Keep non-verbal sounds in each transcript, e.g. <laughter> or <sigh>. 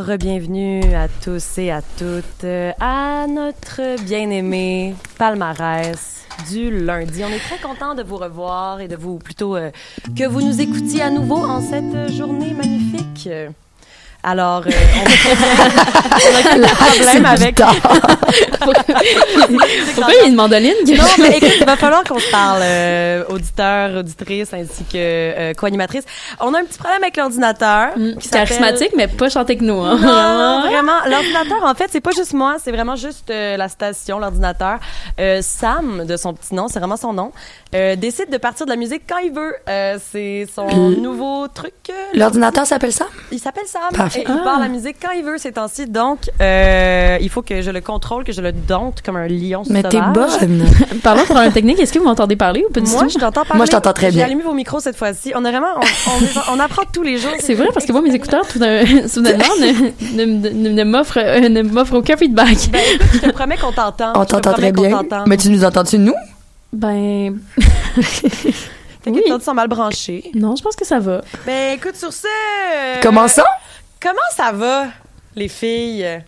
Rebienvenue à tous et à toutes euh, à notre bien-aimé palmarès du lundi. On est très content de vous revoir et de vous plutôt euh, que vous nous écoutiez à nouveau en cette euh, journée magnifique. Alors, euh, <laughs> on, on a quelques problèmes avec. <laughs> Pourquoi il y a une mandoline? Non, <laughs> mais écoute, il va falloir qu'on se parle, euh, auditeur, auditrice, ainsi que euh, co-animatrice. On a un petit problème avec l'ordinateur. Mm, qui s'appelle- Charismatique, mais pas chanté que nous. Hein. Non, vraiment. L'ordinateur, en fait, c'est pas juste moi, c'est vraiment juste euh, la station, l'ordinateur. Euh, Sam, de son petit nom, c'est vraiment son nom, euh, décide de partir de la musique quand il veut. Euh, c'est son nouveau truc. euh, L'ordinateur s'appelle ça? il s'appelle Sam Parfait. Ah. et il part la musique quand il veut ces temps-ci. Donc, euh, il faut que je le contrôle, que je le dompte comme un lion Mais t'es sauvage. <laughs> bonne. Parlons pour un technique. Est-ce que vous m'entendez parler ou pas du Moi, tout? je t'entends parler. Moi, je t'entends très J'ai bien. allumé vos micros cette fois-ci. On a vraiment, on, on- on apprend tous les jours. Euh, C'est vrai parce que moi, mes écouteurs, tout d'un- <laughs> soudainement, ne, ne, ne, ne m'offrent euh, ne m'offrent aucun feedback. Ben, écoute, je te promets qu'on t'entend. On Je te t'entend Euh, très promets qu'on bien. t'entend. Mais tu nous entends-tu, nous? Ben, Fait que Oui. les autres sont mal branchés. non, je pense que ça va. Ben, écoute, sur ce. euh, Comment ça? Comment ça va, les filles?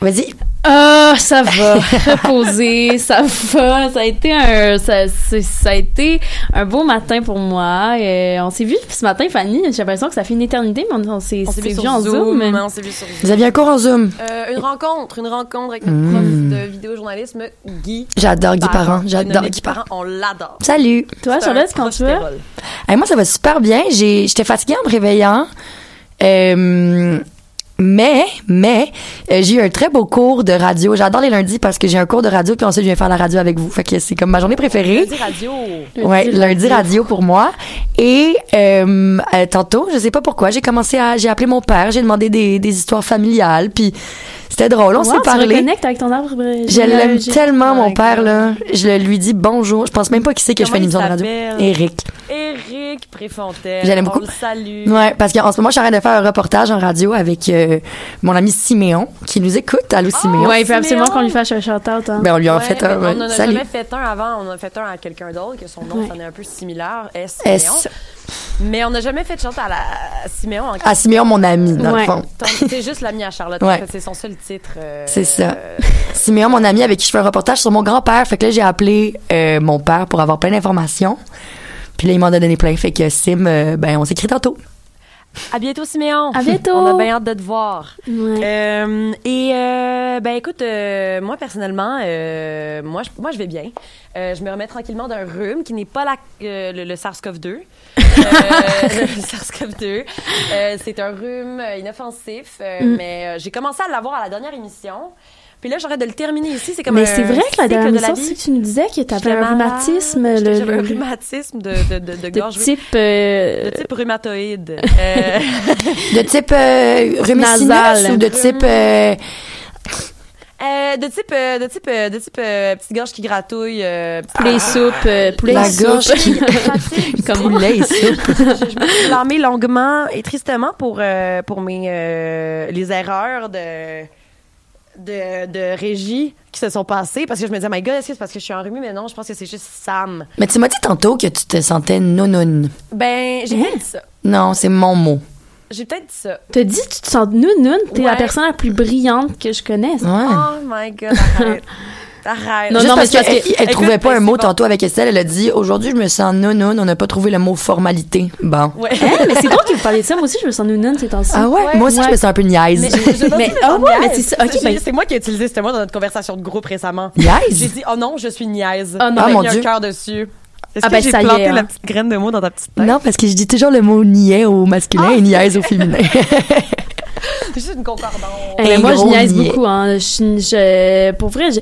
Vas-y. Ah, ça va. Reposer, ça va. Ça a été un, ça, c'est- ça a été un beau matin pour moi. Et on s'est vu ce matin, Fanny. J'ai l'impression que ça fait une éternité, mais on, on s'est s'est vu en Zoom. hein. On s'est vu sur Zoom. Vous aviez un cours en Zoom. Euh, une rencontre, une rencontre avec notre Mm. prof de vidéojournalisme, Guy. J'adore Guy Parent. J'ai J'adore nommé Guy Parent. On l'adore. Salut. Toi, C'est un Charlotte, quand tu vas? profiterole. Hey, moi, ça va super bien. J'ai- J'étais fatiguée en me réveillant. Euh, mais, mais, euh, j'ai eu un très beau cours de radio. J'adore les lundis parce que j'ai un cours de radio, puis ensuite, je viens faire la radio avec vous. Fait que c'est comme ma journée préférée. Lundi radio. Ouais, lundi radio pour moi. Et euh, euh, tantôt, je sais pas pourquoi, j'ai commencé à, j'ai appelé mon père, j'ai demandé des, des histoires familiales, puis c'était drôle, on Wow, s'est Tu parlé. reconnectes avec ton arbre. Je l'aime généalogique. tellement mon Ouais, père cool. là, je le lui dis bonjour. Je pense même pas qu'il sait que je fais une émission Comment de il radio. s'appelle? Eric. Éric Préfontaine. Je l'aime On beaucoup. le salue. Ouais, parce qu'en ce moment, je suis en train de faire un reportage en radio avec euh, mon ami Siméon qui nous écoute. Allô Siméon. Ouais, il faut Siméon. absolument qu'on lui fasse un shout-out. hein. Ben on lui en Ah, Ouais, fait mais un. On ouais. n'en a Salut. jamais fait un avant. On en a fait un à quelqu'un d'autre, que son nom Ouais. s'en est un peu similaire. S. Eh, S. Siméon. Mais on n'a jamais fait de chante à la à Siméon. en- À ah, Siméon, mon ami dans Ouais. le fond. Tant- C'est juste l'ami à Charlotte. Ouais. en fait, C'est son seul titre. euh, C'est ça. euh, <laughs> Siméon, mon ami avec qui je fais un reportage sur mon grand-père. Fait que là, j'ai appelé euh, mon père pour avoir plein d'informations. Puis là, il m'en a donné plein. Fait que Sim, euh, ben, on s'écrit tantôt. À bientôt, Siméon. À bientôt. On a bien hâte de te voir. Ouais. Euh, et euh, ben écoute, euh, moi personnellement, euh, moi, je, moi je vais bien. Euh, je me remets tranquillement d'un rhume qui n'est pas la, euh, le, le SARS-CoV-2. Euh, <laughs> le SARS-CoV-2, Euh, c'est un rhume euh, inoffensif, euh, Mm. mais euh, j'ai commencé à l'avoir à la dernière émission. Puis là, j'aurais de le terminer ici. C'est comme Mais un c'est vrai que la cycle dernière de la émission, vie. si tu nous disais que tu avais J'étais un malade. rhumatisme, J'étais- le, J'avais le- un rhumatisme de, de, de, de de gorge. oui. type, euh, De type rhumatoïde. <laughs> Euh, De type euh, rhume Nasal. sinus ou de type... euh, Euh, de type, euh, de type, euh, de type euh, petite gorge qui gratouille. euh, petite- poulet soupe, euh, poulet La soupe. gorge <laughs> qui- <laughs> Comme poulet et soupe. je, je me suis blâmée longuement et tristement pour euh, pour mes euh, les erreurs de de, de régie qui se sont passées parce que je me disais my god est-ce que c'est parce que je suis enrhumée mais non je pense que c'est juste Sam Mais tu m'as dit tantôt que tu te sentais non ben j'ai Hein? peut-être dit ça Non, c'est mon mot. j'ai peut-être dit ça T'as dit, tu te sens nounoun, t'es la Ouais. personne la plus brillante que je connaisse. Ouais. oh my god <laughs> arrête arrête Non, Juste non, mais parce c'est parce qu'elle que- ben, elle trouvait Écoute, pas mais un c'est mot bon. tantôt avec Estelle. Elle a dit, aujourd'hui, je me sens non on n'a pas trouvé le mot formalité. Bon. ouais Hein, mais c'est drôle que vous parlez de ça. Moi aussi, je me sens nounoun ces temps-ci. Ah ouais? Ouais. Moi aussi, je me sens un peu niaise. Mais, je- je- Mais- je- ah ouais, niaise. mais c'est ça, ok, J'ai- ben- c'est moi qui ai utilisé ce mot dans notre conversation de groupe récemment. J'ai Niaise? dit, oh non, je suis niaise. Oh non. Ah, J'ai mon mis un Dieu. cœur dessus. Est-ce Ah, que ben, j'ai ça y est, planté hein. la petite graine de mots dans ta petite tête? Non, parce que je dis toujours le mot niais au masculin Ah, et niaise au féminin. C'est juste une concordance. Eh, mais Un moi, je gros niaise niais. beaucoup. Hein. Je, je- pour vrai, je,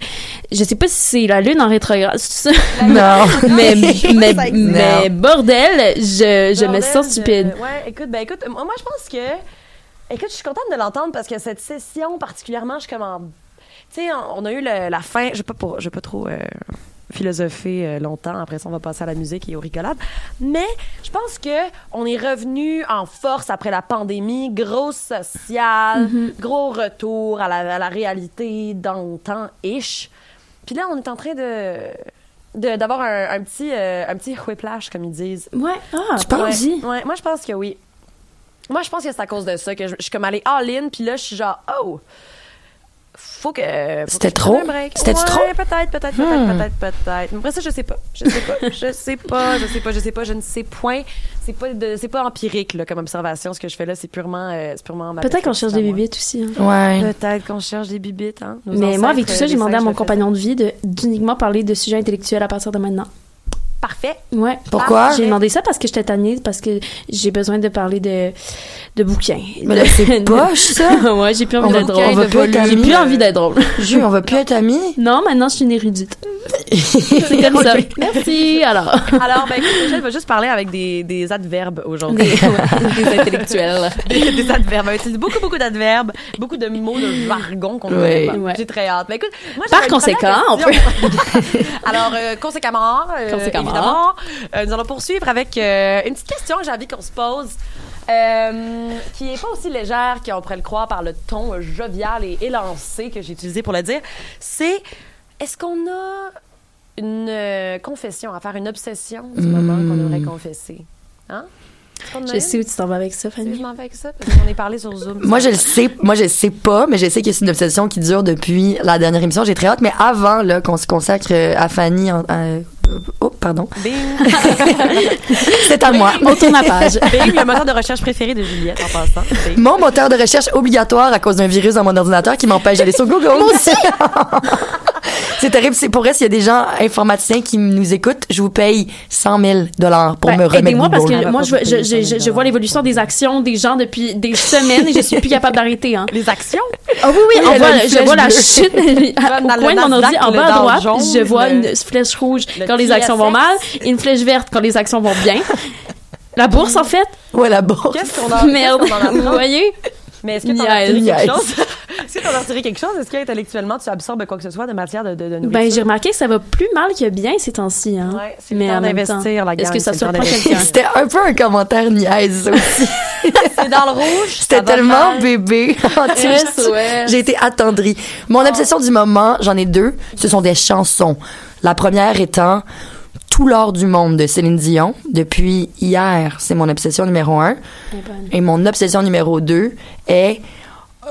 je sais pas si c'est la lune en rétrograde, c'est ça. <laughs> <laughs> non. mais, <laughs> mais, ça existe. mais bordel, je, je me Bordel, sens stupide. Ouais, écoute, ben écoute, moi, moi, je pense que... Écoute, je suis contente de l'entendre parce que cette session, particulièrement, je suis comme en... Tu sais, on on a eu le- la fin... Je vais pas, pour- je vais pas trop... euh, philosopher euh, longtemps après ça on va passer à la musique et aux rigolades mais je pense que on est revenu en force après la pandémie grosse sociale Mm-hmm. gros retour à la, à la réalité d'antan ish puis là on est en train de de- d'avoir un, un petit euh, un petit whiplash comme ils disent Ouais, ah, Tu penses? vas-y. Ouais, moi je pense que oui. Moi, je pense que c'est à cause de ça que je, je suis comme allée all-in, puis là, je suis genre, oh, faut que. faut que C'était je prenne trop? un break. C'était-tu Ouais, trop? Peut-être, peut-être, peut-être, Hmm. peut-être, peut-être. Mais après ça, je sais pas. Je sais pas. je sais pas, je sais pas, je sais pas, je ne sais point. C'est pas, de- c'est pas empirique, là, comme observation. Ce que je fais là, c'est purement, euh, c'est purement ma Peut-être qu'on perception cherche à des moi. bibites aussi. hein. Ouais. Euh, Peut-être qu'on cherche des bibites, hein. Nos Mais moi, avec ancêtres, tout ça, euh, les j'ai demandé à singes mon le compagnon de vie de- d'uniquement parler de sujets intellectuels à partir de maintenant. faisaient. Parfait. Ah. Ouais. Pourquoi? J'ai demandé ça parce que j'étais tannée, parce que j'ai besoin de parler de, de bouquins. Mais là, <laughs> c'est De- poche, ça. ouais, j'ai plus On envie va- d'être on va drôle. plus être J'ai amis. plus envie d'être drôle. <laughs> Jus, on va plus être amis. <laughs> Non, maintenant, je suis une érudite. <laughs> C'est comme <laughs> ça. Merci, alors. <laughs> Alors, ben, écoute, Rachel va juste parler avec des, des adverbes aujourd'hui. Des intellectuels. <laughs> des, des adverbes. Elle utilise beaucoup, beaucoup d'adverbes, beaucoup de mots de jargon qu'on ne Ouais. connaît pas. Ouais. J'ai très hâte. Mais écoute, moi, Par j'avais une conséquent, première question. <laughs> <laughs> Alors, euh, conséquemment, euh, Conséquemment. évidemment, euh, nous allons poursuivre avec euh, une petite question que j'ai envie qu'on se pose. euh, qui est pas aussi légère qu'on pourrait le croire par le ton euh, jovial et élancé que j'ai utilisé pour le dire, c'est est-ce qu'on a une euh, confession à faire, une obsession du moment qu'on devrait confesser? Hein? Est-ce qu'on en a Hmm. Je une? sais où tu t'en vas avec ça, Tu veux que Fanny. Je m'en vais avec ça parce qu'on est parlé sur Zoom. Moi, je le sais, moi, je le sais pas, mais je sais que c'est une obsession qui dure depuis la dernière émission. J'ai très hâte, mais avant, là, qu'on se consacre euh, à Fanny, en- à- oh, pardon, Bing, c'est à <laughs> moi. On tourne la page. <laughs> Bing, le moteur de recherche préféré de Juliette en passant. Bing. Mon moteur de recherche obligatoire à cause d'un virus dans mon ordinateur qui m'empêche d'aller sur Google. Moi aussi. <laughs> c'est terrible. C'est pour vrai, s'il y a des gens informaticiens qui nous écoutent, je vous paye 100 000 dollars pour Ben, me remettre Aidez-moi Google. parce Elle que va moi, pas je, vois- vous je, payer je, je, 100 je vois l'évolution des actions des gens depuis des semaines et je suis plus capable d'arrêter. <laughs> Hein. Les actions. Ah oui, oui, on elle a voit, une je vois la flèche chute <laughs> Comme au dans coin le de mon ordi, Nasdaq, en le bas à Dow droite, Jones, je vois le- une flèche rouge le quand les actions vont TSX. mal, et une flèche verte quand les actions vont bien. La bourse, <laughs> en fait, Ouais, la bourse. Qu'est-ce qu'on a merde, qu'est-ce qu'on en vous apprend? voyez? Mais est-ce que t'en as Niaise. retiré quelque Niaise. chose <laughs> Est-ce que t'en as retiré quelque chose Est-ce qu'intellectuellement tu absorbes quoi que ce soit de matière de, de, de nourriture Ben, j'ai remarqué que ça va plus mal que bien ces temps-ci. Hein. Ouais, c'est le Mais temps en même temps, d'investir, la Est-ce que gang, ça c'est le temps surprend quelqu'un? <laughs> C'était un peu un commentaire niaise, ça aussi. <laughs> C'est dans le rouge. ça C'était va tellement mal. bébé. <laughs> J'ai été attendrie. Oh. Mon obsession du moment, j'en ai deux. Ce sont des chansons. La première étant Tout l'or du monde de Céline Dion. Depuis hier, c'est mon obsession numéro un. Et mon obsession numéro deux est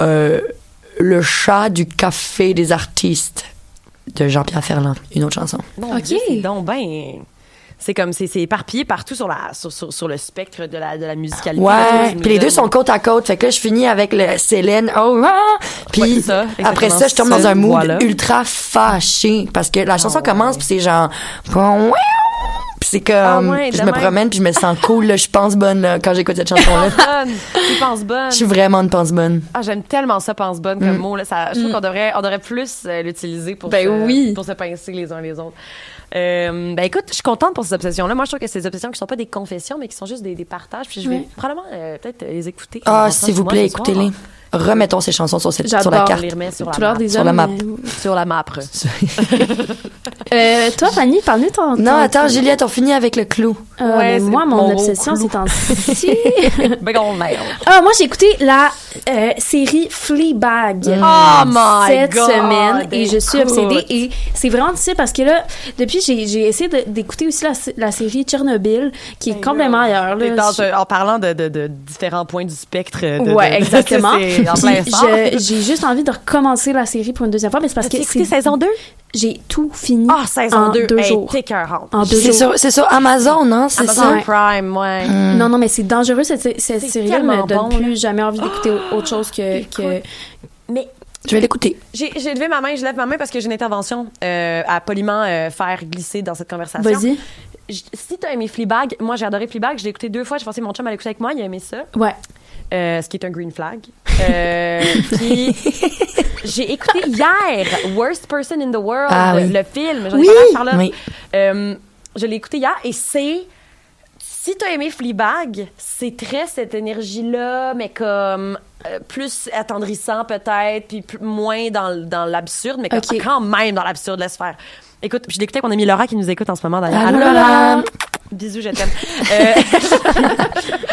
euh, Le chat du café des artistes de Jean-Pierre Ferland. Une autre chanson. Mon Ok. Dieu, c'est donc ben. C'est comme c'est c'est éparpillé partout sur la sur, sur, sur le spectre de la de la musicalité. Ouais. Tu nous Puis les deux donnes. sont côte à côte. Fait que là, je finis avec le Céline. Oh, ah! Ouais, Puis c'est ça, exactement. après ça, je tombe dans Ça, un mood voilà. Ah ultra fâché parce que la chanson ouais. commence puis c'est genre. Bon, ouais. Puis c'est comme. Ah ouais, je de me même. promène puis je me sens cool. Là, je pense bonne là, quand j'écoute <laughs> cette chanson-là. Bonne. Tu penses bonne. Je suis vraiment une pense bonne. Ah, j'aime tellement ça, pense bonne comme mot. Là. Ça, je trouve qu'on devrait, on devrait plus euh, l'utiliser pour, Mm. Ben se, oui. pour se pincer les uns les autres. Euh, ben écoute, je suis contente pour ces obsessions-là. Moi, je trouve que c'est des obsessions qui sont pas des confessions, mais qui sont juste des, des partages. Puis je vais Oui. probablement euh, peut-être les écouter. en Ah, rentrant s'il chez vous moi plaît, ce soir, hein. écoutez-les. Remettons ces chansons sur, cette, sur la J'adore carte. On les remet sur Tout la, l'heure map, des sur hommes. la map. sur la map. euh, euh, toi, Fanny, parle-nous de ton. Non, ton- attends, Juliette, on finit avec le clou. Ah, Ouais, ben, c'est moi, mon mon gros obsession, clou. c'est temps-ci. <laughs> ben on merde. Ah, moi, j'ai écouté la euh, série Fleabag Oh my cette God, semaine et je suis écoute. obsédée. Et c'est vraiment difficile parce que là, depuis, j'ai j'ai essayé de- d'écouter aussi la, la série Tchernobyl qui est complètement ailleurs. T'es Là. dans un- en parlant de, de, de différents points du spectre. De, de- <laughs> Ouais, exactement. c'est en plein Puis sens. je- J'ai juste envie de recommencer la série pour une deuxième fois, mais c'est parce que As-tu écouté c'est- saison 2? J'ai tout fini Ah, saison en 2. deux hey, jours. T'es écœurante. En deux C'est jours. sur, c'est sur Amazon, hein? C'est ça? Amazon ça. Prime, ouais. Mm. Non, non, mais c'est dangereux cette, cette série-là. Elle tellement me donne bon, Ah! plus jamais envie d'écouter autre chose que. que... Mais Je vais l'écouter. J'ai j'ai levé ma main, je lève ma main parce que j'ai une intervention euh, à poliment euh, faire glisser dans cette conversation. Vas-y. J- Si t'as aimé Fleabag, moi j'ai adoré Fleabag, je l'ai écouté deux fois, j'ai pensé mon chum à l'écouter avec moi, il a aimé ça, Ouais. euh, ce qui est un green flag. Euh, <laughs> puis j'ai écouté hier Worst Person in the World, Ah oui. le film, j'en ai Oui. parlé à Charlotte. Oui. Euh, je l'ai écouté hier et c'est si t'as aimé Fleabag, c'est très cette énergie-là, mais comme euh, plus attendrissant peut-être, puis plus- moins dans, l- dans l'absurde, mais comme- Ok. quand même dans l'absurde, laisse faire. Écoute, je l'écoutais avec mon ami Laura qui nous écoute en ce moment d'ailleurs. Allô, Allô, Laura. Laura. Ah Bisous, je t'aime. Euh,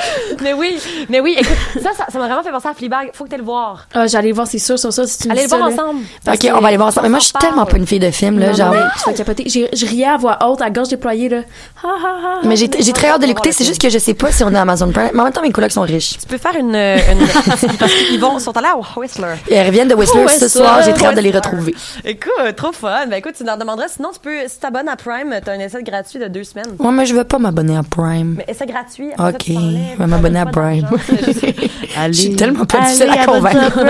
<laughs> mais oui, mais oui, écoute, ça, ça, ça m'a vraiment fait penser à Fleabag. Faut que t'ailles le voir. Ah, j'allais voir, c'est sûr, sur ça, si tu me Allez dis le ça, voir là. ensemble. Parce Ok, que on va aller voir ça. Mais moi, je suis s'en tellement parle. pas une fille de film, là. Non, Genre, mais tu vas capoter. J'ai- Je riais à voix haute, à gorge déployée, là. Ha, ha, ha. mais j'ai j'ai très hâte de l'écouter. On va C'est voir juste que je sais pas si on a Amazon Prime. Mais en même temps, mes colocs sont riches. Ah, Tu peux faire une. <laughs> une parce qu'ils vont, sont allés au Oh, Whistler. Et elles reviennent de Whistler Oh, ce Whistler, soir. J'ai très hâte de les Whistler. retrouver. Écoute, trop fun. Ben écoute, tu leur demanderas. Sinon, tu peux, si t'abonnes à Prime, t'as un essai gratuit de deux semaines. Moi, mais je veux pas m'abonner à Prime. Mais essai gratuit. après ça, Ok, tu t'enlèves, je vais m'abonner à t'enlèves pas Prime. d'argent. C'est juste- <laughs> Je suis tellement pas difficile à convaincre. <laughs>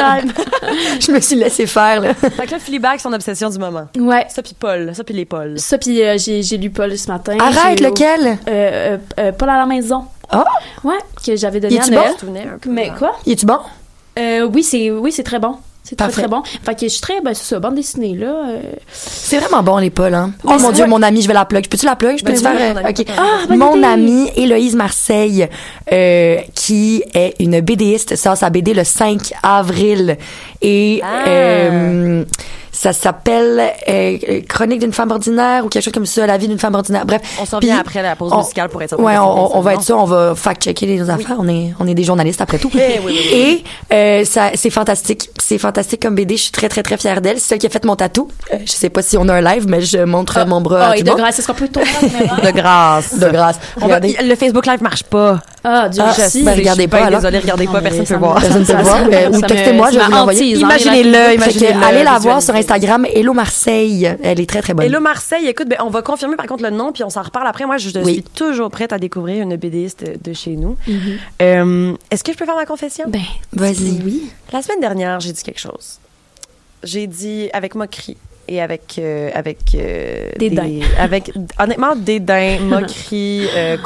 Je me suis laissé faire, là. Fait que là, Fleabag, son obsession du moment. ouais. Ça, puis Paul. Ça, puis les Pauls. Ça, puis euh, j'ai j'ai lu Paul ce matin. Arrête, J'ai- lequel? Euh, euh, euh, Paul à la maison. Oh! Ouais, que j'avais donné à Y est-tu Noël. Je te souvenais un peu. Mais hein. quoi? Y es-tu bon? Euh, oui, c'est oui, c'est très bon. C'est très, Parfait. très bon. Fait que je suis très, ben, c'est ça, bande dessinée, là. euh. C'est vraiment bon, les Pauls, hein. Mais Oh mon c'est- Dieu, ouais. mon ami, je vais la plug. Je peux-tu la plug? Je peux-tu Ben oui, mon faire. euh, ami, ok. pas Ah, bonne Mon idée. amie Héloïse Marseille, euh, qui est une BDiste, sort sa BD le 5 avril. Et Ah. euh, ça s'appelle euh, Chronique d'une femme ordinaire ou quelque chose comme ça, La vie d'une femme ordinaire. Bref. On s'en Puis vient après la pause on- musicale pour être sûr. Ouais, on, on va être ça, on va fact-checker les affaires. On est, on est des journalistes après tout. Eh oui, oui, Et euh, ça, c'est fantastique, c'est fantastique comme BD. Je suis très, très, très fière d'elle. C'est celle qui a fait mon tatou. Euh, je sais pas si on a un live, mais je montre mon bras Ah, à et tout de le monde. grâce, est-ce qu'on peut tourner la caméra? De grâce. De grâce. On va- Regardez. le Facebook Live marche pas. Ah, Dieu, <laughs> Ah, je sais. Je ben, suis regardez bien pas, alors. Désolée, regardez Non, pas, mais personne ça peut me- voir. ça Personne peut me- voir, mais- ou ça me- textez-moi, je vais ça vous l'envoyer. m'hantise, hein, Imaginez-le, les Fait que, imaginez-le. allez la voir visualisez. sur Instagram, Hello Marseille. Elle est très, très bonne. Et là, Marseille, écoute, ben, on va confirmer par contre le nom, puis on s'en reparle après. Moi, je Oui. suis toujours prête à découvrir une BDiste de chez nous. Mm-hmm. Euh, Est-ce que je peux faire ma confession? Ben, Vas-y. oui. La semaine dernière, j'ai dit quelque chose. J'ai dit avec moquerie et avec. euh, avec euh, Dédain. des- <laughs> avec, honnêtement, <laughs> dédain, moquerie, euh,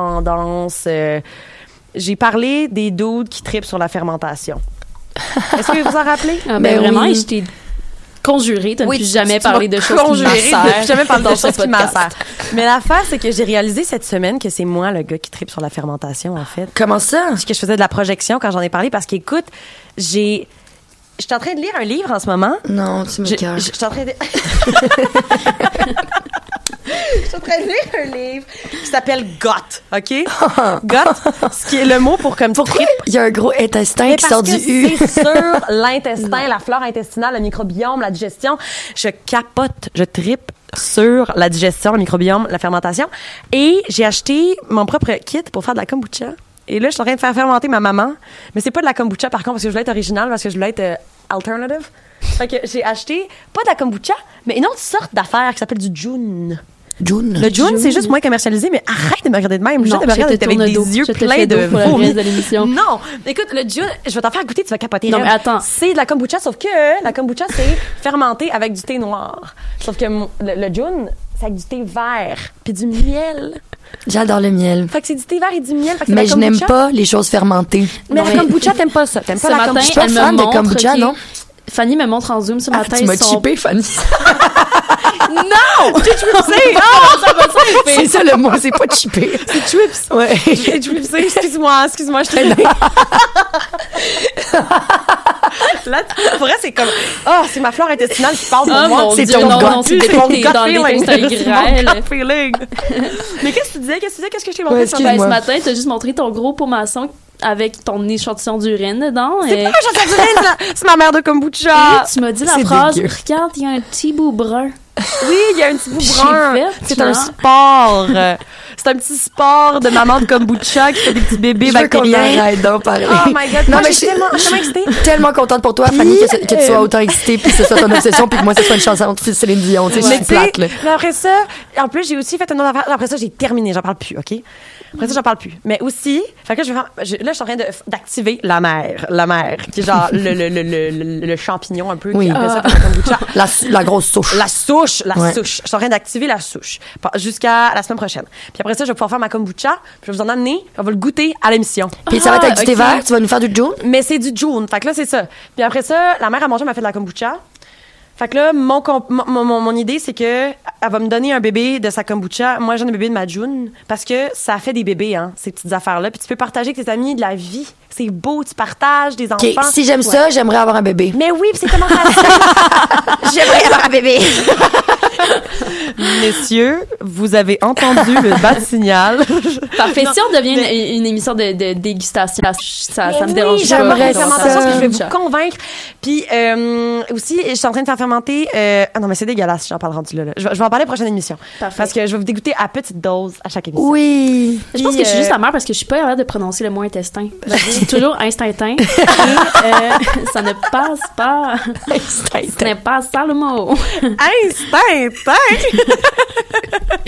condescendance. euh, j'ai parlé des dudes qui tripent sur la fermentation. Est-ce que vous vous en rappelez? Ah, ben, Ben vraiment, oui. et je t'ai conjuré de ne Oui, plus jamais tu parler m'as de choses qui conjurée de m'assèrent plus jamais parler de dans <laughs> choses ce qui podcast. m'assèrent. Mais l'affaire, c'est que j'ai réalisé cette semaine que c'est moi le gars qui tripe sur la fermentation, en fait. Comment ça? Parce que je faisais de la projection quand j'en ai parlé, parce qu'écoute, j'ai. Je suis en train de lire un livre en ce moment. Non, tu me Je, cœurs. je- je suis en train de. <laughs> Je suis en train de lire un livre qui s'appelle Got, <laughs> OK? Got, ce qui est le mot pour comme Pourquoi trip- il y a un gros intestin mais qui sort parce du que U? <laughs> C'est sur l'intestin, la flore intestinale, le microbiome, la digestion. Je capote, je tripe sur la digestion, le microbiome, la fermentation. Et j'ai acheté mon propre kit pour faire de la kombucha. Et là, je suis en train de faire fermenter ma maman. Mais c'est pas de la kombucha, par contre, parce que je voulais être originale, parce que je voulais être euh, alternative. Fait que j'ai acheté, pas de la kombucha, mais une autre sorte d'affaire qui s'appelle du June. June. Le June, c'est juste moins commercialisé, mais arrête de me regarder de même. Juste Non, de me je te regarder avec tourne des le dos. yeux Je te pleins fais de dos pour le reste vomi. de l'émission. Non, écoute, le June, je vais t'en faire goûter, tu vas capoter. Non, Red. mais attends. C'est de la kombucha, sauf que la kombucha, <laughs> c'est fermenté avec du thé noir. Sauf que mon- le, le June, c'est avec du thé vert, puis du miel. J'adore le miel. Fait que c'est du thé vert et du miel. Fait que c'est Mais de la je n'aime kombucha. pas les choses fermentées. Mais Non, la mais- kombucha, t'aimes pas ça. T'aimes Ce pas la matin, Je kombucha. <laughs> elle suis pas fan me de montre kombucha, qu'il- non? Fanny me montre en zoom ce Ah, matin. tu m'as son- chippé, Fanny. <laughs> Non! Tu sais, C'est ça le mot, c'est pas chippé. <laughs> c'est chips. <laughs> Ouais. J'ai trippé, excuse-moi, excuse-moi, je te <laughs> Là, tu- pour vrai, c'est comme. Ah, c'est ma flore intestinale qui parle pour Oh moi. mon c'est Dieu, ton non, gars. non, c'est C'est mon t'es gut dans les feeling. <laughs> intestins C'est mon grêles. gut feeling. Mais qu'est-ce que tu disais? Qu'est-ce que tu disais? Qu'est-ce que je t'ai montré? Ouais, sur- excuse- Ben, ce Excuse-moi. matin, t'as juste montré ton gros maçon avec ton échantillon d'urine dedans. C'est et- pas un chantier de laine, c'est- C'est ma mère de et kombucha. là, tu m'as dit la c'est phrase, dégueu. regarde, il y a un petit bout brun. Oui, il y a un petit bout J'ai brun. fait, C'est tu un vois. sport. C'est un petit sport de maman de kombucha qui fait des petits bébés Je veux qu'on bactériens. arrête d'en parler. Oh my god, Non, moi, mais je suis je- tellement je suis tellement excitée. tellement contente pour toi, Fanny, que, ce- que tu sois autant excitée, puis que ce soit ton obsession, puis que moi, ce soit une chanson de Céline Dion. Tu sais, je Mais suis tu sais, plate, là. mais après ça, en plus, j'ai aussi fait une autre affaire. Après ça, j'ai terminé, j'en parle plus, OK? Après ça, j'en parle plus. Mais aussi, fait que là, je vais faire- je- là, je suis en train de- d'activer la mer. La mer, qui est genre le, le, le, le, le- le champignon un peu. Oui. Qui après ça, Ah. fait un kombucha. La, la grosse souche. La souche, la Ouais. souche. Je suis en train d'activer la souche Pa- jusqu'à la semaine prochaine. Puis après ça, je vais pouvoir faire ma kombucha. puis je vais vous en amener. puis On va le goûter à l'émission. Puis ça va être avec du thé Ah, ok. vert, tu vas nous faire du June. Mais c'est du June. Fait que là, c'est ça. Puis après ça, la mère à manger m'a fait de la kombucha. Fait que là, mon, comp- mon, mon- mon- mon idée, c'est que elle va me donner un bébé de sa kombucha. Moi, j'ai un bébé de ma June. Parce que ça fait des bébés, hein, ces petites affaires-là. Puis tu peux partager avec tes amis de la vie. C'est beau, tu partages des enfants. Ok, si j'aime ça, j'aimerais avoir un <laughs> bébé. Mais oui, puis c'est comment ça J'aimerais avoir un bébé. <laughs> messieurs, vous avez entendu le bas de <laughs> signal. Parfait. si on devient une, une émission de, de dégustation, ça, Mais Ah, ça me oui, dérange pas. faire j'aimerais ça. fermentation, parce que je vais Ça. vous convaincre. Puis euh, aussi, je suis en train de faire fermenter. euh, ah non, mais c'est dégueulasse, j'en parle rendu là. là. Je, vais- je vais en parler à la prochaine émission. Parfait. Parce que je vais vous dégoûter à petite dose à chaque émission. <laughs> Oui. Je pense Puis, que je suis euh, juste amère parce que je suis pas capable de prononcer le mot intestin. Je dis toujours instinctin. Et, euh, <laughs> ça ne passe pas. Ce n'est pas ça le mot. Instinct, hein?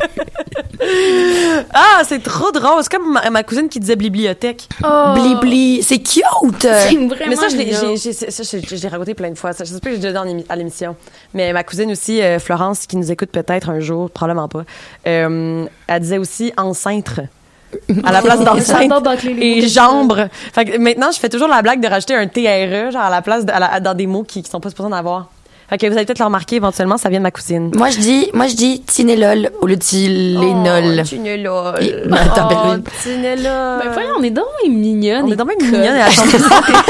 <laughs> ah, c'est trop drôle. C'est comme ma, ma cousine qui disait bibliothèque. <laughs> Bli oh. bli. C'est cute. C'est vraiment Mais ça, je l'ai mignon. j'ai- j'ai- ça, je- je l'ai raconté plein de fois. Ça, je sais pas que j'ai déjà dit en émi- à l'émission. Mais ma cousine aussi, euh, Florence, qui nous écoute peut-être un jour, probablement pas, euh, elle disait aussi encintre. À la <laughs> place d'enceinte. J'adore bâcler les mots Et comme ça. jambre. Fait que maintenant, je fais toujours la blague de rajouter un TRE, genre à la place, de- à la- dans des mots qui, qui sont pas supposés en avoir. Fait que vous allez peut-être le remarquer éventiellement, ça vient de ma cousine. Moi, je dis, moi, je dis tinélol au lieu de Oh, tilénol. Tu ne l'as. <laughs> Et- Non, t'as bien Oh, tu ne l'as. Ben voyons, on est donc mignonne. On est dans même mignonne et la chambre de santé. <laughs>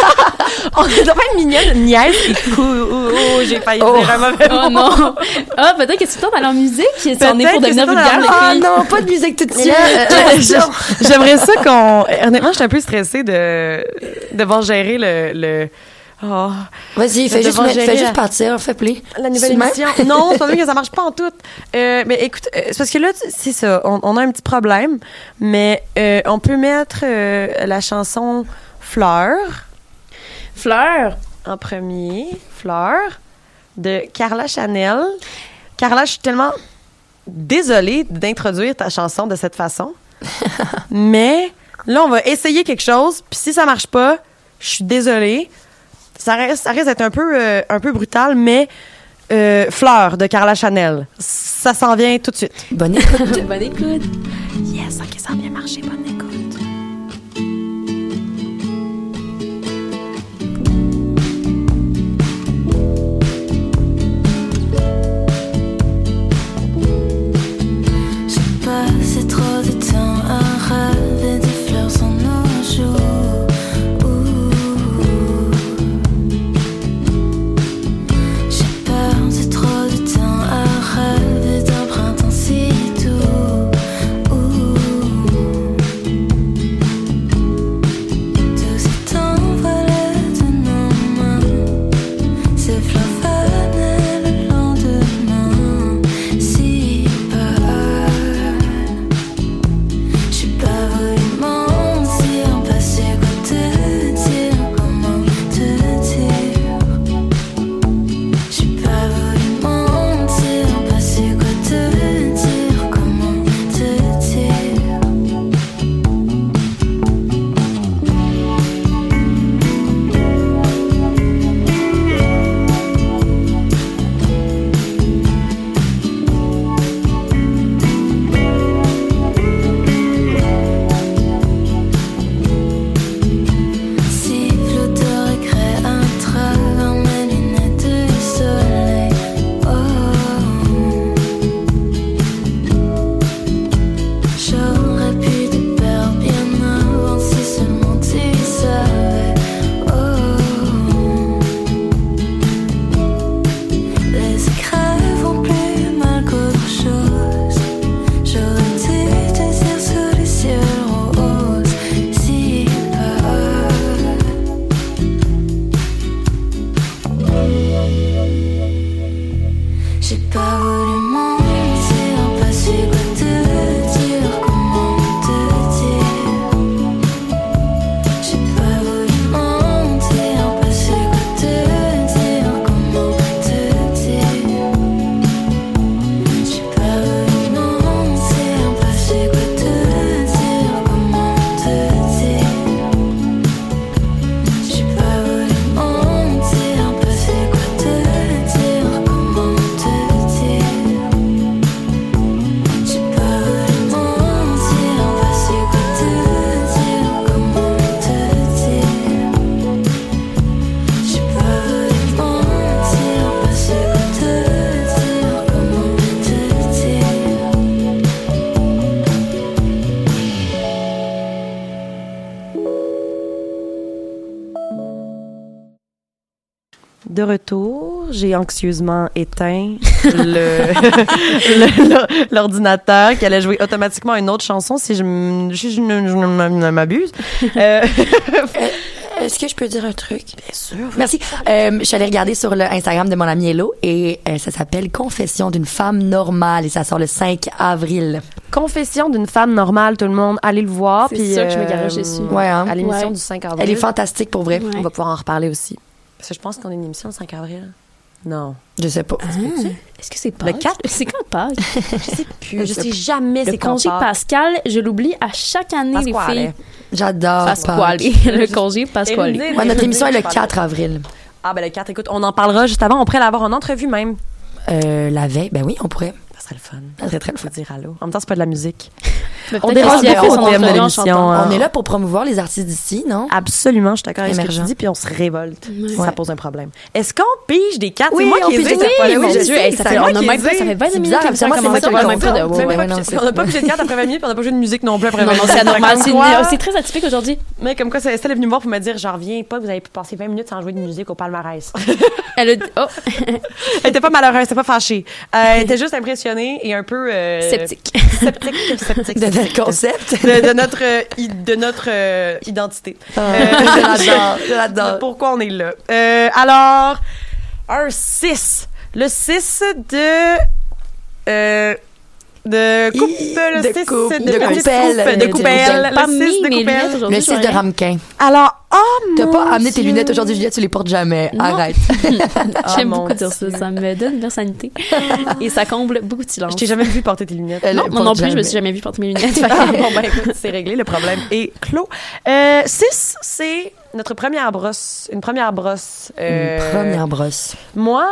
On est dans même mignonne, niaise et cou- Oh, oh, j'ai failli Oh. dire un mauvais mot. <laughs> Oh non! Ah, peut-être que c'est temps d'aller en musique si on est Peut-être pour que devenir c'est le temps d'aller en vulgaire. les Ah filles. non, pas de musique tout de suite. euh, <laughs> Je- J'aimerais ça qu'on. Honnêtement, je suis un peu stressée de devoir gérer le. le... Oh, Vas-y, fais Nous juste, devons mettre- gérer fais la- juste partir, fais plaisir. la nouvelle C'est le même? émission. <laughs> Non, c'est pas vrai que ça marche pas en tout. Euh, mais écoute, euh, c'est parce que là, tu- c'est ça. On, on a un petit problème, mais euh, on peut mettre euh, la chanson Fleur Fleur, en premier. Fleur de Carla Chanel. Carla, je suis tellement désolée d'introduire ta chanson de cette façon. mais là, on va essayer quelque chose. Puis si ça marche pas, je suis désolée. Ça reste, ça risque d'être un peu, euh, un peu brutal, mais euh, Fleur de Carla Chanel. Ça s'en vient tout de suite. Bonne écoute. bonne écoute. Yes, ok, ça a bien marché, bonne écoute. J'ai passé trop de temps à rêver des fleurs sans nos jours. J'ai perdu trop de temps à rêver d'un printemps si doux. Tout s'est envolé de nos mains. Ces fleurs venaient le lendemain, si peu. J'ai pas voulu mentir, passer côté, dire comment te dire. J'ai pas voulu mentir, passer côté, dire comment te dire. Siffle de regret à travers mes lunettes de soleil. Oh. J'aurais pu te perdre bien avant si seulement tu savais. Oh. Les secrets vont plus mal qu'autre chose. J'aurais dû te dire sous le ciel rose si peu. J'ai pas voulu mentir, pas su quoi te dire, comment te dire. J'ai pas voulu mentir, pas su quoi te dire, comment te dire. J'ai pas voulu mentir, pas su quoi te dire, comment te dire. J'ai pas voulu mentir, pas su quoi te dire, comment te dire. J'ai pas voulu mentir, pas su quoi te dire, comment te dire. J'ai pas voulu mentir, pas su quoi te dire, comment te dire. De retour. j'ai anxieusement <laughs> éteint le- le- l'or- l'ordinateur qui allait jouer automatiquement une autre chanson si je m- si je ne je ne <laughs> m'abuse. Euh, <laughs> Est-ce que je peux dire un truc? bien sûr. Merci. Euh, je suis allée regarder sur le Instagram de mon amie Hello et euh, ça s'appelle Confession d'une femme normale et ça sort le 5 avril. Confession d'une femme normale, tout le monde, allez le voir. C'est puis, euh, sûr que je me garage dessus. Ouais, hein? À l'émission Ouais. du 5 avril. Elle est fantastique pour vrai. Ouais. On va pouvoir en reparler aussi. Parce que je pense qu'on a une émission le 5 avril. Non. Je sais pas. Est-ce que c'est pas Ah. Le quatre? C'est quand Pâques? Je sais plus. Je sais jamais Le c'est quand congé Pâques. Pascal, je l'oublie à chaque année, Pasquale. Ah, les filles. J'adore. Pasquale. Pâques. <laughs> Le congé Pasquale. Ouais, notre émission est <laughs> le 4 avril. Ah, ben le 4, écoute, on en parlera juste avant. On pourrait l'avoir en entrevue même. Euh, la veille, ben oui, on pourrait. Ça serait le fun. Ça serait très le Faut fun. dire allô. En même temps, c'est pas de la musique. Mais On peut-être dérange que si elle beaucoup fait au thème son de entrevue en l'émission, chantant. hein. Ah. On est là pour promouvoir les artistes d'ici, non? Absolument, je suis d'accord avec ce que tu Émergent. dis, puis on se révolte. Ouais. Ça pose un problème. Est-ce qu'on pige des cartes? Oui, c'est moi on qui les pige ai des cette cartes. fois-là. Oui, Oui, je je sais, sais, Ça c'est fait, on moi a qui même les pas, ai. ça fait 20 C'est minutes bizarre, que ça habituellement, c'est commence. moi qui On le a même pas compte. de... Même ouais, pas ouais, pigé- non, c'est- on n'a pas pigé de cartes après 20 minutes, puis on n'a pas joué de musique non plus après Non, 20 non, minutes. c'est anormal. Comme C'est quoi- une- C'est très atypique aujourd'hui. Mais comme quoi, Estelle est venue me voir pour me dire J'en reviens pas, vous avez passé 20 minutes sans jouer de musique au <laughs> palmarès. Elle a dit- Oh, elle était pas malheureuse, elle était pas fâchée. Euh, elle était juste impressionnée et un peu. euh, sceptique. Sceptique, sceptique. <laughs> De notre concept. De, de notre, euh, i- de notre euh, identité. Ah. Euh, <laughs> Euh, <laughs> J'adore, j'adore. Pourquoi on est là? Euh, alors, un 6. Le 6 de. euh, de coupe, le de 6 coupe, de, de petite coupelle, coupe, de de coupelle, Pas le 6 mis de mes lunettes coupelle. aujourd'hui. Le 6 j'aurais- de Ramequin. Alors, oh T'as mon pas amené tes Dieu. lunettes aujourd'hui, Juliette, tu les portes jamais. Non. Arrête. J'aime Ah, mon beaucoup dire ça. Ça me donne une sanité. Et ça comble beaucoup de silence. Je t'ai jamais vu porter tes lunettes. <laughs> Elle Non, les moi non plus, porte je me jamais. suis jamais vue porter mes lunettes. Fait Ah, que- bon, ben écoute, c'est réglé, le problème est clos. Euh, 6, c'est notre première brosse. Une première brosse. euh, Une première brosse. Moi,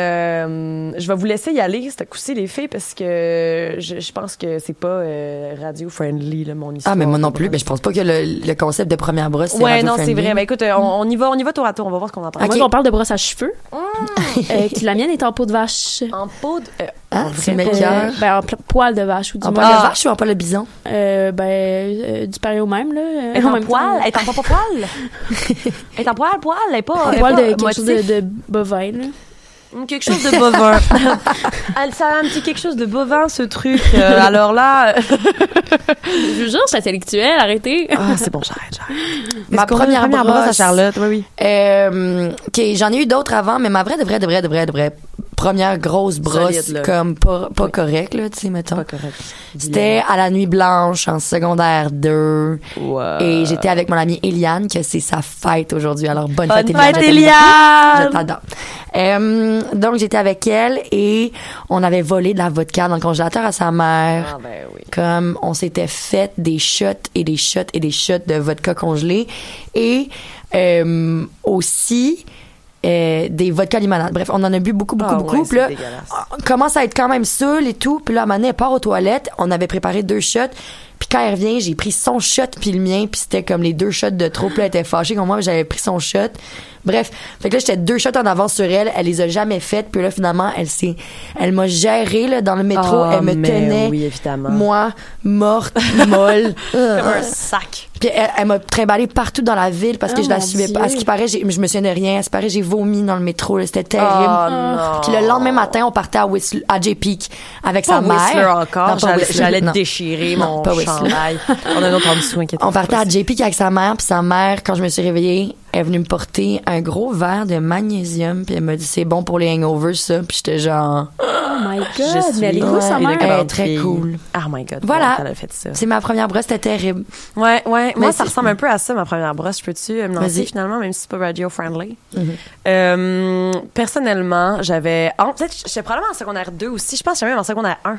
euh, je vais vous laisser y aller, ce coup-ci, les filles, parce que je, je pense que c'est pas euh, radio-friendly, là, mon histoire. Ah, mais moi non plus. Mais je pense pas que le, le concept de première brosse, c'est Ouais, non, c'est radio-friendly. vrai. Ben écoute, euh, on, on y va, on y va tour à tour, on va voir ce qu'on entend. Moi, Ok. on parle de brosse à cheveux. euh, qui, la mienne est en peau de vache. En peau de... euh, Hein, tu mets Euh, cœur. ben, en pl- poil de vache ou du En moins. parle Ah. de vache ou en parle de bison? euh, ben, euh, du pareil au même, là. euh, être en en même poil? temps. Être en pas poil? être en poil, poil? Elle est pas... En elle est poil de pas quelque chose de, moitié- de bovin, là. Hum, Quelque chose de bovin. Elle- ça a un petit quelque chose de bovin, ce truc. Euh, alors là... euh, Je vous jure, c'est intellectuel, arrêtez. Ah, c'est bon, j'arrête, j'arrête. Ma Est-ce qu'on a une première brosse à brosse. Charlotte, oui, oui. Euh, ok, j'en ai eu d'autres avant, mais ma vraie, de vraie, de vraie, de vraie, de vraie première grosse brosse, Solide, là. comme pas, pas correct, là, tu sais, mettons. correct. C'était à la nuit blanche en secondaire 2. Et j'étais avec mon amie Eliane, que c'est sa fête aujourd'hui. Alors, bonne, Bonne fête, fête, Eliane. je t'aime beaucoup. Je Eliane! t'adore. Euh, donc, j'étais avec elle et on avait volé de la vodka dans le congélateur à sa mère. Ah, ben oui. comme on s'était fait des shots et des shots et des shots de vodka congelé et euh, aussi euh, des vodka limonade. Bref, on en a bu beaucoup, beaucoup, Ah beaucoup. ouais, Puis là, c'est dégueulasse. on commence à être quand même seul et tout. Puis là, à un moment donné, elle part aux toilettes. On avait préparé deux shots. Puis quand elle revient, j'ai pris son shot puis le mien. Puis c'était comme les deux shots de trop. Puis là, elle était fâchée contre moi. mais J'avais pris son shot. Bref, fait que là, j'étais deux shots en avance sur elle. Elle les a jamais faites. Puis là, finalement, elle s'est, elle m'a géré là, dans le métro. Ah, elle me mais tenait. oui, évidemment. Moi, morte, molle. <laughs> Comme euh, un sac. Puis elle, elle m'a trimballée partout dans la ville parce que Oh je la mon suivais Dieu. pas. À ce qui paraît, j'ai- je me souviens de rien. À ce qui paraît, j'ai vomi dans le métro. là. C'était terrible. Oh non. Puis le lendemain matin, on partait à, Whistler, à J Peak avec Pas sa mère. Whistler Non, encore. pas J'allais- Whistler, J'allais non. déchirer Non, mon pas Whistler. <laughs> chandail. On a un autre en dessous, inquiète On partait à J Peak avec sa mère. Puis sa mère, quand je me suis réveillée, elle est venue me porter un gros verre de magnésium. Puis elle m'a dit, c'est bon pour les hangovers, ça. Puis j'étais genre, Oh my god, Je suis mais elle est cool, sa une mère. Elle est grande très fille. cool. Oh my God. Voilà. Elle a fait ça. c'est ma première brosse, c'était terrible. Ouais, ouais. Moi, Mais ça c'est- ressemble un peu à ça, ma première brosse. Je peux-tu euh, me lancer Vas-y. Mhm. finalement, même si c'est pas radio-friendly? Euh, personnellement, j'avais. en- Peut-être, j'étais probablement en secondaire 2 aussi. Je pense que j'étais même en secondaire 1.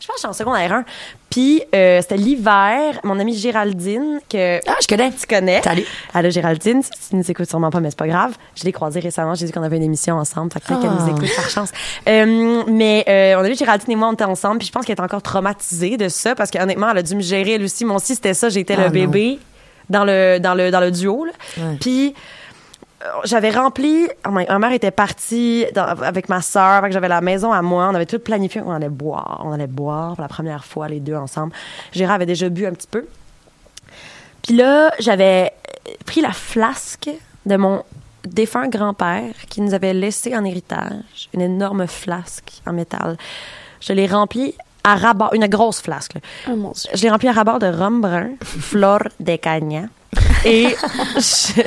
Je pense que j'étais en secondaire 1. Puis, euh, c'était l'hiver, mon amie Géraldine, que Ah, je connais. tu connais. Salut. Allô Géraldine, si tu nous écoutes sûrement pas, mais c'est pas grave. Je l'ai croisée récemment, j'ai dit qu'on avait une émission ensemble, fait que peut-être qu'elle Ah. nous écoute par chance. Euh, mais euh, on a vu Géraldine et moi, on était ensemble, puis je pense qu'elle est encore traumatisée de ça, parce qu'honnêtement, elle a dû me gérer, elle aussi. Moi aussi, c'était ça, j'étais Ah, le non. bébé dans le, dans le, dans le duo. là. Puis j'avais rempli. oh my- Ma mère était partie dans- avec ma sœur, fait que j'avais la maison à moi. On avait tout planifié. On allait boire. On allait boire pour la première fois, les deux ensemble. Gérard avait déjà bu un petit peu. Puis là, j'avais euh, pris la flasque de mon défunt grand-père qui nous avait laissé en héritage une énorme flasque en métal. Je l'ai remplie à rabat, une grosse flasque. là. Oh mon dieu. Je l'ai remplie à rabat de rhum brun, <laughs> fleur de cagna. Et <laughs> je-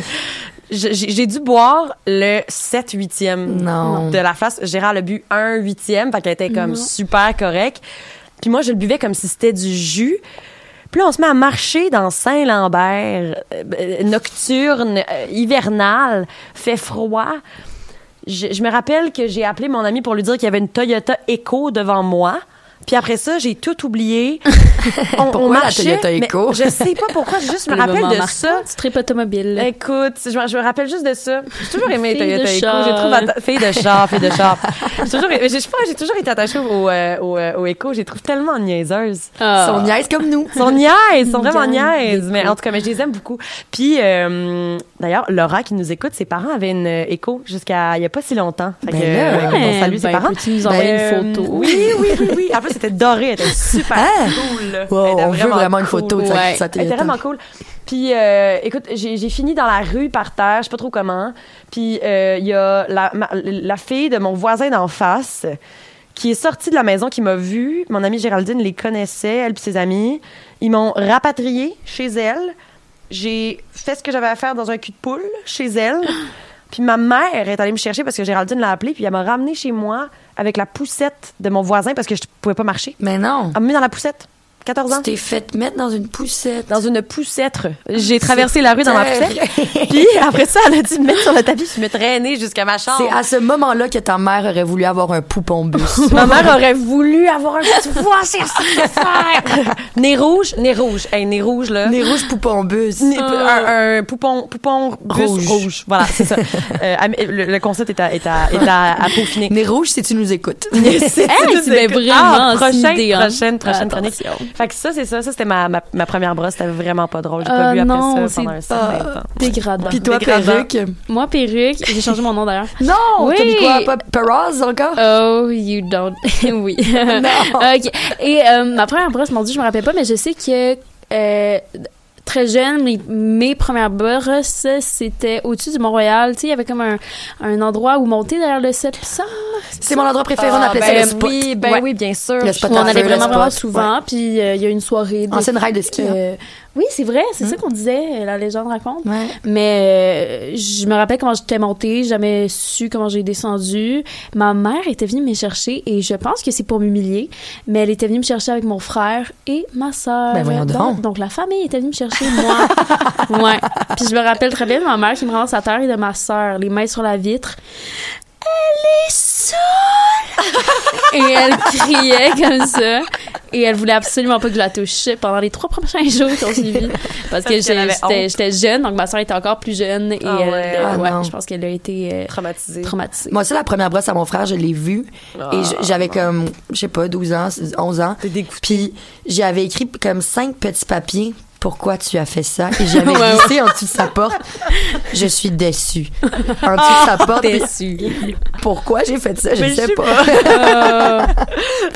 je- j'ai j'ai dû boire le 7-8e Non. de la flasque. Gérard le bu 1 8e, fait qu'elle était comme Non. super correcte. Puis moi, je le buvais comme si c'était du jus. Puis là, on se met à marcher dans Saint-Lambert, euh, euh, nocturne, euh, hivernal, fait froid. Je, je me rappelle que j'ai appelé mon ami pour lui dire qu'il y avait une Toyota Echo devant moi. Puis après ça, j'ai tout oublié. On, Pourquoi la Toyota mais Echo? Je sais pas pourquoi, je juste me Le rappelle moment de marquant ça. du trip automobile. Écoute, je, me- je me rappelle juste de ça. J'ai toujours aimé les Fille Toyota de Echo. char. J'ai trouvé atta- fille de char, fille de char. J'ai toujours, j'ai- je sais pas, j'ai toujours été attachée au, euh, au, euh, au Echo. Je les trouve tellement niaiseuses. Ah. Son niaise comme nous. Ils sont niaises, ils sont vraiment Niaise, niaises. Mais en tout cas, mais je les aime beaucoup. Puis, euh, d'ailleurs, Laura qui nous écoute, ses parents avaient une euh, écho jusqu'à il n'y a pas si longtemps. Fait Ben que, là. euh, on salue Ben, ses parents. Euh, peux-tu nous envoyer une photo? Oui, oui, oui, oui. En plus, c'était doré, elle était super Ah. cool. là. Wow, Elle était on veut vraiment une cool. photo de sa- hein. Ouais. sa Elle était Toyota. vraiment cool. Puis, euh, écoute, j'ai j'ai fini dans la rue par terre, je sais pas trop comment. Puis, euh, il y a la, ma- la fille de mon voisin d'en face qui est sortie de la maison, qui m'a vue. Mon amie Géraldine les connaissait, elle et ses amis. Ils m'ont rapatriée chez elle. J'ai fait ce que j'avais à faire dans un cul de poule chez <gasps> elle. Puis ma mère est allée me chercher parce que Géraldine l'a appelée, puis elle m'a ramenée chez moi avec la poussette de mon voisin parce que je pouvais pas marcher. Mais non. Elle m'a mis dans la poussette. 14 ans Tu t'es fait mettre dans une poussette. dans une poussette. J'ai traversé la rue dans ma poussette. <laughs> C'est Puis après ça, elle a dit de me mettre sur le tapis puis me traîner jusqu'à ma chambre. à ce moment-là que ta mère aurait voulu avoir un poupon bus. Ma mère aurait voulu avoir un petit poids, c'est ça. <laughs> Nez rouge, nez rouge. Hey, nez rouge, là. Les rouges poupon bus. Nez- un, un poupon, poupon bus Rouge. rouge. Voilà, c'est <laughs> ça. Euh, am- le, le concept est à, est à, est à, à peaufiner. Les rouges, si tu nous écoutes. c'est Hey, <laughs> c'est ben vraiment Ah, c'est prochain, une idée, hein. prochaine, prochaine chronique. Attention. Fait que ça, c'est ça. Ça, c'était ma, ma, ma première brosse. C'était vraiment pas drôle. J'ai pas Ah, vu non, après ça c'est pendant un certain pas- temps. Dégradant. Puis toi, Dégradant. perruque. Moi, perruque, j'ai changé mon nom d'ailleurs. Non, Oui. t'as mis quoi? Pas Perros encore? <laughs> Oh, you don't. <laughs> oui. <laughs> OK. Et euh, ma première brosse, mon Dieu, je me rappelle pas, mais je sais que euh, très jeune, mes, mes premières brosses, c'était au-dessus du Mont-Royal. Tu sais, il y avait comme un, un endroit où monter derrière le 700. C'est mon endroit préféré, on appelait ça le spot. Oui, ben Ouais. oui, bien sûr. Le spot Où on à feu, allait le vraiment, spot. vraiment Ouais. souvent. Puis euh, il y a une soirée. de- Ancienne rail de ski. hein. euh, oui, c'est vrai. C'est ça qu'on disait, euh, la légende raconte. Ouais. Mais euh, je me rappelle comment j'étais montée, j'ai jamais su comment j'ai descendu. Ma mère était venue me chercher et je pense que c'est pour m'humilier, mais elle était venue me chercher avec mon frère et ma sœur. Ben voyons donc. donc, donc la famille était venue me chercher <laughs> moi. ouais. Puis je me rappelle très bien de ma mère qui me ramasse à terre et de ma sœur, les mains sur la vitre. Elle est seule. et elle criait <laughs> comme ça. Et elle voulait absolument pas que je la touche pendant les trois prochains jours qui ont suivi. Parce que Parce qu'elle j'ai- avait j'étais honte. j'étais jeune, donc ma soeur était encore plus jeune. Et Ah elle, ouais. euh, Ah ouais, non. je pense qu'elle a été euh, Traumatisé. traumatisée. Moi aussi, la première brosse à mon frère, je l'ai vue. et je- j'avais comme, je sais pas, 12 ans, 11 ans. T'es dégoûtée. Puis j'avais écrit comme cinq petits papiers. Pourquoi tu as fait ça? Et j'avais Ouais, ouais. glissé en dessous de sa porte. Je suis déçue. En dessous de sa porte. puis <laughs> Pourquoi j'ai fait ça? Je Mais je sais sais pas. <laughs>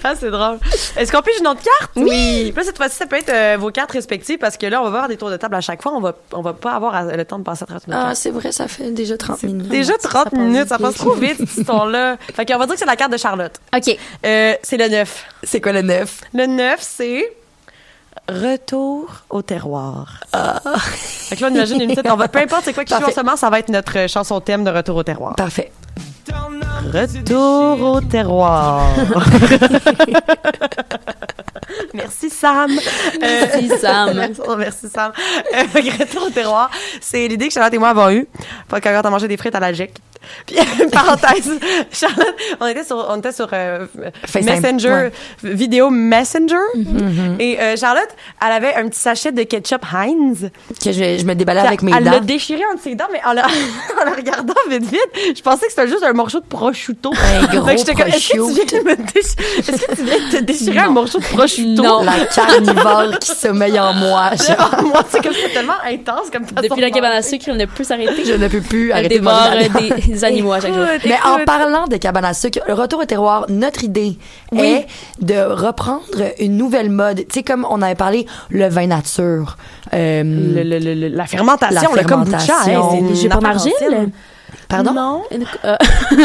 Ah, c'est drôle. Est-ce qu'on pige une autre carte? Oui. Puis Là, cette fois-ci, ça peut être euh, vos cartes respectives parce que là, on va avoir des tours de table à chaque fois. On va, on va pas avoir euh, le temps de passer à travers notre Ah, c'est vrai, ça fait déjà 30 minutes. Déjà 30 passe minutes, ça vite. passe trop vite, ce temps-là. Fait qu'on va dire que c'est la carte de Charlotte. OK. Euh, c'est le 9. C'est quoi le neuf? Le 9, c'est Retour au terroir. Fait que là, on imagine une petite. On va, peu importe c'est quoi qui joue en Parfait. ce moment, ça va être notre euh, chanson thème de Retour au terroir. Parfait. Retour au terroir. <laughs> Merci Sam. Euh, Oh, Merci, <laughs> Sam. Merci Sam. Euh, <laughs> fait que retour au terroir, c'est l'idée que Charlotte et moi avons eue. Pas quand on mangeait des frites à la GEC. <laughs> Puis euh, parenthèse, <laughs> Charlotte, on était sur, on était sur euh, FaceTime, Messenger, ouais. vidéo Messenger. Et euh, Charlotte, elle avait un petit sachet de ketchup Heinz. Que je, je me déballais avec mes elle l'a dents. déchiré entre ses dents, mais en la, <laughs> en la regardant vite vite, je pensais que c'était juste un morceau de prosciutto. Un gros Fait que j'étais comme, Est-ce que, prosciutto. tu viens de me déch- est-ce que tu viens de te déchirer un morceau de prosciutto? <laughs> Non. La carnivore qui sommeille en moi. Je, Devant Ah, moi, c'est comme c'est tellement intense comme façon Depuis de la cabane à penser. sucre, on ne peut s'arrêter. je ne peux plus Elle arrêter de dévore manger. euh, la dent. des, des animaux à chaque jour. Écoute, Mais en écoute. parlant de cabane à sucre, le retour au terroir, notre idée est de reprendre une nouvelle mode. Tu sais, comme on avait parlé, le vin nature. Euh, Le- le- le- le- la fermentation, La le kombucha, fermentation. hein, c'est une J'ai pas affaire margile. ancienne. Pardon? Non. Une- euh,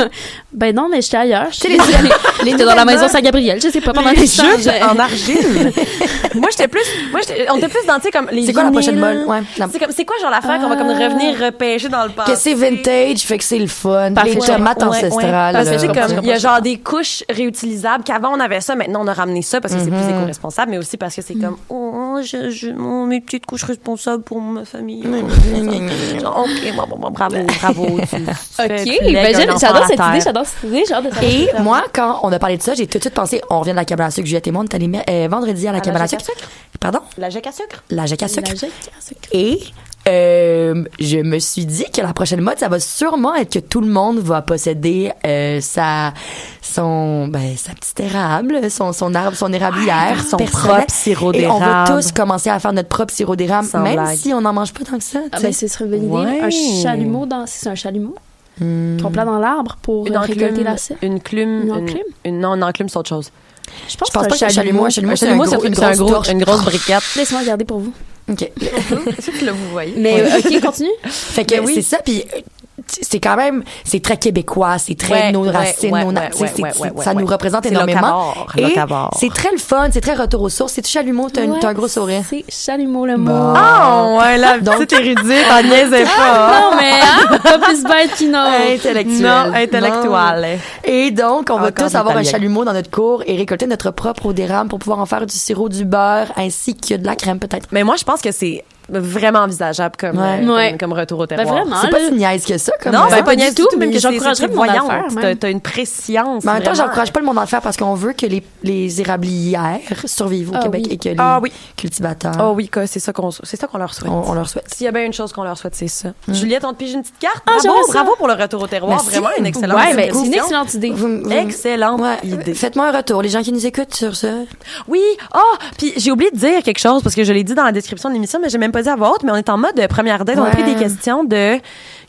<laughs> ben non, mais j'étais ailleurs. Tu sais, J'étais les, les, j'étais dans la maison nouvelles Saint-Gabriel, je sais pas, pendant Les les ben. jeux en argile. <laughs> moi, j'étais plus. Moi, j'étais- on était plus dans, tu sais, comme les. mœurs. C'est quoi la prochaine vinyles. molle? Ouais. la- C'est comme, c'est quoi, genre, l'affaire qu'on va comme revenir repêcher dans le passé? Que c'est vintage, fait que c'est le fun. Parfait. Les tomates Ouais, ancestrales. Parce que tu sais, euh, comme, il y a genre des couches réutilisables qu'avant on avait ça, maintenant on a ramené ça parce que c'est plus éco-responsable, mais aussi parce que c'est comme, oh, je, je- mon- mes petites couches responsables pour ma famille. Mm-hmm. Genre, ok, bon, bon, bon, bravo, bravo. tu- tu fais- Ok, tu lègues ben, un j'aime- enfant j'adore à cette terre. idée, j'adore cette idée, j'ai hâte de savoir Et ce que ça moi, quand on a parlé de ça, j'ai tout de suite pensé, on revient de la cabane à sucre, Juliette et moi, on est allés euh, vendredi à la Ah, cabane la à jacque sucre. à sucre? Pardon? La jaque à sucre. La jaque à va être. sucre. La jaquette à sucre. Et euh, je me suis dit que la prochaine mode, ça va sûrement être que tout le monde va posséder euh, sa son ben, sa petite érable, son son arbre, son érablière, Ah, son personnel. propre sirop ah, Et on va d'érable. tous commencer à faire notre propre sirop d'érable, Sans même blague. si on n'en mange pas tant que ça. Ah tu ben, sais. ce serait une bonne Ouais. idée. Un chalumeau dans. si C'est un chalumeau Hmm. qu'on plante dans l'arbre pour euh, récolter la sève. Une clume. Une Une enclume? une- non, une enclume, c'est autre chose. Je pense, je pense pas que c'est un chalumeau, un chalumeau, c'est un Chalumeau, gros- une c'est un grosse gros- torche. une <laughs> grosse briquette. Laisse-moi regarder pour vous. Ok. que vous voyez. Mais euh, ok, continue. Fait que Ben oui. c'est ça, puis euh, c'est quand même, c'est très québécois, c'est très Ouais, nos ouais, racines, ouais, nos na- ouais, tu sais, ouais, c'est- ouais, c'est- ouais, ça ouais. nous représente C'est énormément. locavore, Et locavore. c'est très le Ah. fun, c'est très retour aux sources. C'est tout chalumeau, t'as une- Ouais, t'as un gros sourire. C'est chalumeau le mot. Bon. Oh, ouais, <laughs> là, petite érudite, on niaisait pas. Non, mais hein, pas plus bête qu'une autre. Intellectuel. Non, intellectuel. Et donc, on va Encore tous avoir un italien. chalumeau dans notre cours et récolter notre propre eau d'érable pour pouvoir en faire du sirop, du beurre, ainsi que de la crème peut-être. Mais moi, je pense que c'est vraiment envisageable comme, euh, Ouais. comme- Ouais. Comme, retour au terroir. Ben vraiment. C'est pas là. si niaise que ça, comme Non, euh, ben, pas du niaise tout, mais mais que que j'encouragerais j'encouragerais le monde à le faire, voyante. même. T'as- T'as une préscience. Mais en même temps, vraiment. j'encourage pas le monde à le faire parce qu'on veut que les, les érablières survivent au Ah Québec oui. et que les Ah oui. cultivateurs, Oh oui, que c'est ça qu'on c'est ça qu'on leur souhaite. on, on leur souhaite. S'il y a bien une chose qu'on leur souhaite, c'est ça. Juliette, on te pige une petite carte. Ah, bravo, j'aimerais ça. bravo pour le retour au terroir. Merci. Vraiment une excellente Ouais, mais suggestion. c'est une excellente idée. Vous- vous- Excellente Mm. Ouais, euh, idée. Faites-moi un retour, les gens qui nous écoutent sur ça. Oui. Ah, puis j'ai oublié de dire quelque chose parce que je l'ai dit dans la description de l'émission, mais j'ai même pas dit à voix haute, mais on est en mode euh, première date. On a Ouais. pris des questions de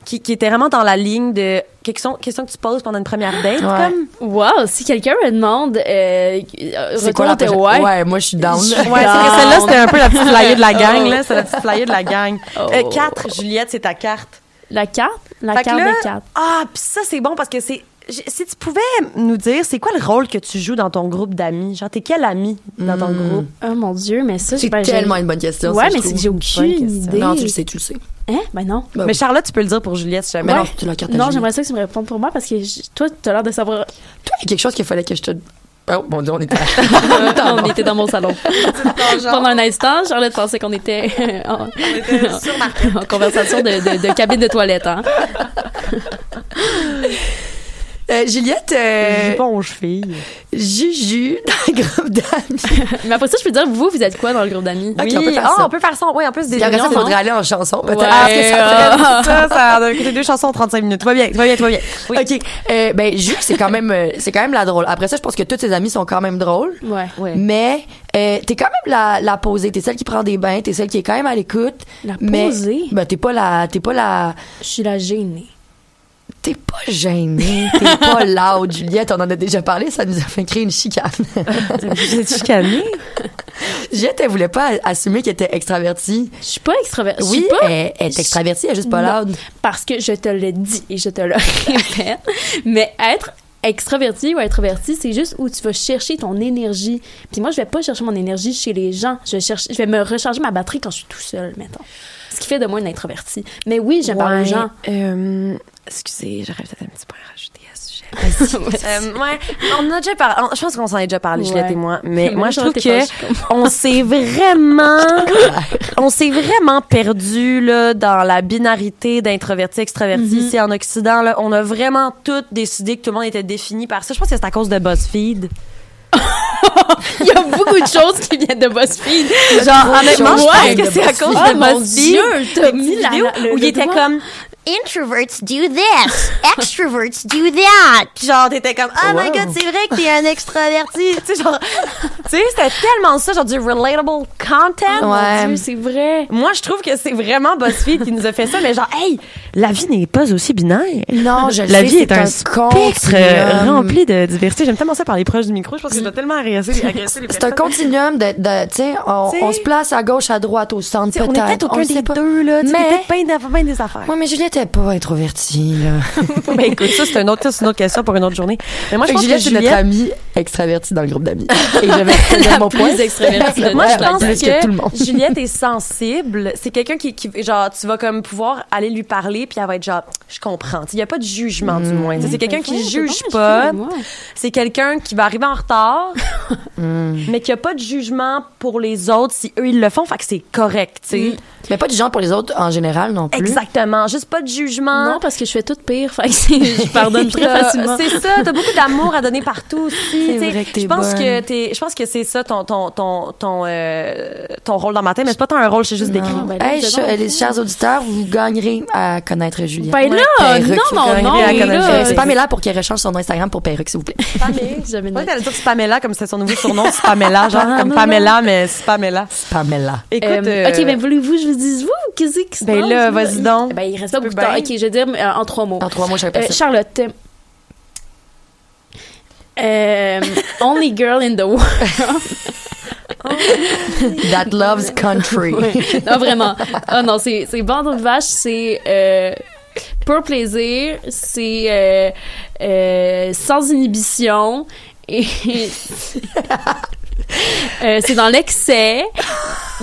qui, qui étaient vraiment dans la ligne de questions, questions que tu poses pendant une première date. Ouais. Comme Wow, si quelqu'un me demande euh, C'est retour la au prochaine- terroir, Ouais, moi je suis down. Je- Ouais, c'est Down. que celle-là, c'était un peu la petite flyer de <laughs> la gang, Oh. là. C'est la petite flyer de la gang. Oh. Euh, quatre, Juliette, c'est ta carte. la carte, la Fait que carte là- de carte. Ah, puis ça, c'est bon parce que c'est. j- Si tu pouvais nous dire, c'est quoi le rôle que tu joues dans ton groupe d'amis? Genre, t'es quel ami dans ton groupe? Oh mon dieu, mais ça, <laughs> C'est j'ai pas- j'ai- tellement une bonne question. Ouais, ça, je mais c'est que trouve. j'ai aucune question. idée. Non, tu le sais, tu le sais. Hein? Ben non. Bah Mais oui. Charlotte, tu peux le dire pour Juliette si jamais. Mais non, Ouais. tu l'as carte à Non, Julie. j'aimerais ça que tu me répondes pour moi parce que je- toi, tu as l'air de savoir. Toi, il y a quelque chose qu'il fallait que je te. Oh, mon dieu, on était. on était dans mon salon. <laughs> Pendant un instant, Charlotte pensait qu'on était en, <laughs> en conversation de, de- de cabine de toilette. Hein. <laughs> Euh, Juliette, euh, Éponge, fille. Juju, <laughs> dans le <laughs> groupe d'amis. Mais après ça, je peux dire, vous, vous êtes quoi dans le groupe d'amis? Ok, oui, on peut faire ah, ça. on peut faire ça. Oui, en plus, des Puis après ça, réunions, il faudrait non? aller en chanson, peut-être. Ouais. Ah, est-ce que ça- Ah, ça, ça a écouté deux chansons en 35 minutes. Tout va bien, tout va bien, tout va bien. <laughs> Oui. OK. Euh, ben, Juju, c'est quand même, euh, c'est quand même la drôle. Après ça, je pense que tous tes amis sont quand même drôles. Ouais. Ouais. Mais euh, t'es quand même la, la posée, t'es celle qui prend des bains, t'es celle qui est quand même à l'écoute. La mais, posée? Ben t'es pas la, t'es pas la, Je suis la gênée. t'es pas gênée, t'es <laughs> pas loud, Juliette. On en a déjà parlé, ça nous a fait créer une chicane. <laughs> Vous êtes <laughs> chicanée? Juliette, elle voulait pas assumer qu'elle était extravertie. Je suis pas extravertie. Oui, pas... elle, elle est extravertie, elle est juste pas Non. loud. parce que je te le dis et je te le <laughs> répète, mais être extraverti ou introverti, c'est juste où tu vas chercher ton énergie. Puis moi, je vais pas chercher mon énergie chez les gens. Je vais, chercher, je vais me recharger ma batterie quand je suis tout seul, mettons. Ce qui fait de moi une introvertie. Mais oui, j'aime parler aux gens. Euh, excusez, j'aurais peut-être un petit point à rajouter à ce sujet. Euh, <laughs> ouais, on a déjà parlé. Je pense qu'on s'en est déjà parlé, Juliette Ouais. et moi. <laughs> <laughs> Mais Même moi, je genre, trouve t'es que <laughs> on s'est vraiment, on s'est vraiment perdu là dans la binarité d'introverti extraverti. Mm-hmm. Ici en Occident, là, on a vraiment toutes décidé que tout le monde était défini par ça. Je pense que c'est à cause de BuzzFeed. <laughs> Il y a beaucoup de choses qui viennent de BuzzFeed. Genre, honnêtement, je Ouais, pense que c'est à cause Oh de mon BuzzFeed. Dieu, t'as Une mis la- vidéo le- où le il était doigt. comme Introverts do this. <laughs> Extroverts do that. Puis genre, t'étais comme, oh my Wow. god, c'est vrai que t'es un extraverti. tu sais, genre, <laughs> tu sais, c'était tellement ça, genre du relatable content. Oh, Mon Ouais. Dieu, c'est vrai. Moi, je trouve que c'est vraiment BuzzFeed qui nous a fait ça, mais genre, hey, la vie n'est pas aussi binaire. Non, je le La sais, vie est, c'est un spectre euh, continuum. rempli de diversité. J'aime tellement ça parler proche du micro. Je pense que je vais tellement agresser, agresser les C'est un personnes. continuum de, de tu sais, on, T'sais, on se place à gauche, à droite, au centre, Tu sais, on est peut-être. peut-être on aucun le sait des pas. deux, là. Tu sais, Mais- t'es peut-être bien des affaires. Ouais, mais Juliette, J'étais pas introvertie, là. Mais écoute, ça, c'est une autre, ça, c'est une autre question pour une autre journée. Mais moi, je Fait pense que Ah, que Juliette, c'est notre Juliette, amie extravertie dans le groupe <laughs> d'amis. Et je vais tenir mon point. plus extravertie de moi, je la pense Plus que tout le monde. que Juliette est sensible. C'est quelqu'un qui, qui, genre, tu vas comme pouvoir aller lui parler, puis elle va être genre, je comprends. Tu sais, Il n'y a pas de jugement, Mm. du moins. Tu sais, C'est Ben quelqu'un qui juge pas. C'est quelqu'un qui va arriver en retard, mais qui a pas de jugement pour les autres si eux, ils le font. Fait que c'est correct, tu sais. Mais pas du genre pour les autres en général non plus. Exactement. Juste pas de jugement. Non, parce que je fais tout pire, <laughs> fait que c'est- je <laughs> pardonne très T'as- facilement. C'est ça, t'as beaucoup d'amour à donner partout aussi. C'est tu sais. vrai que t'es je pense bonne. que t'es, je pense que c'est ça ton ton ton ton, euh, ton rôle dans ma tête, mais c'est pas tant un rôle, c'est juste décrit. Non. ben là, Hey, c'est ch- bon. les Ah, chers auditeurs, vous gagnerez à connaître Juliette. Ben là, Perruque, non, vous non, gagnerez non, à mais connaître là, Juliette. C'est Pamela pour qu'elle recherche son Instagram pour perruque, s'il vous <laughs> plaît. J'avais une- Ouais, t'allais dire Spamela comme c'est son nouveau surnom, Spamela, genre comme Pamela, mais Spamela. Pamela. Écoute, Euh, euh, Ok, ben voulez-vous, que je vous dise vous, qu'est-ce qui se Ben passe, là, vas-y donc. Ben il reste pas Tu beaucoup de peux bien. temps. Ok, je vais dire euh, en trois mots. En trois mots, chaque Euh, personne. Charlotte. <laughs> Euh, only girl in the world. That loves country. non, vraiment. Ah non, c'est c'est bande de vache, c'est euh, pour plaisir, c'est euh, euh, sans inhibition. Et <laughs> Euh, c'est dans l'excès,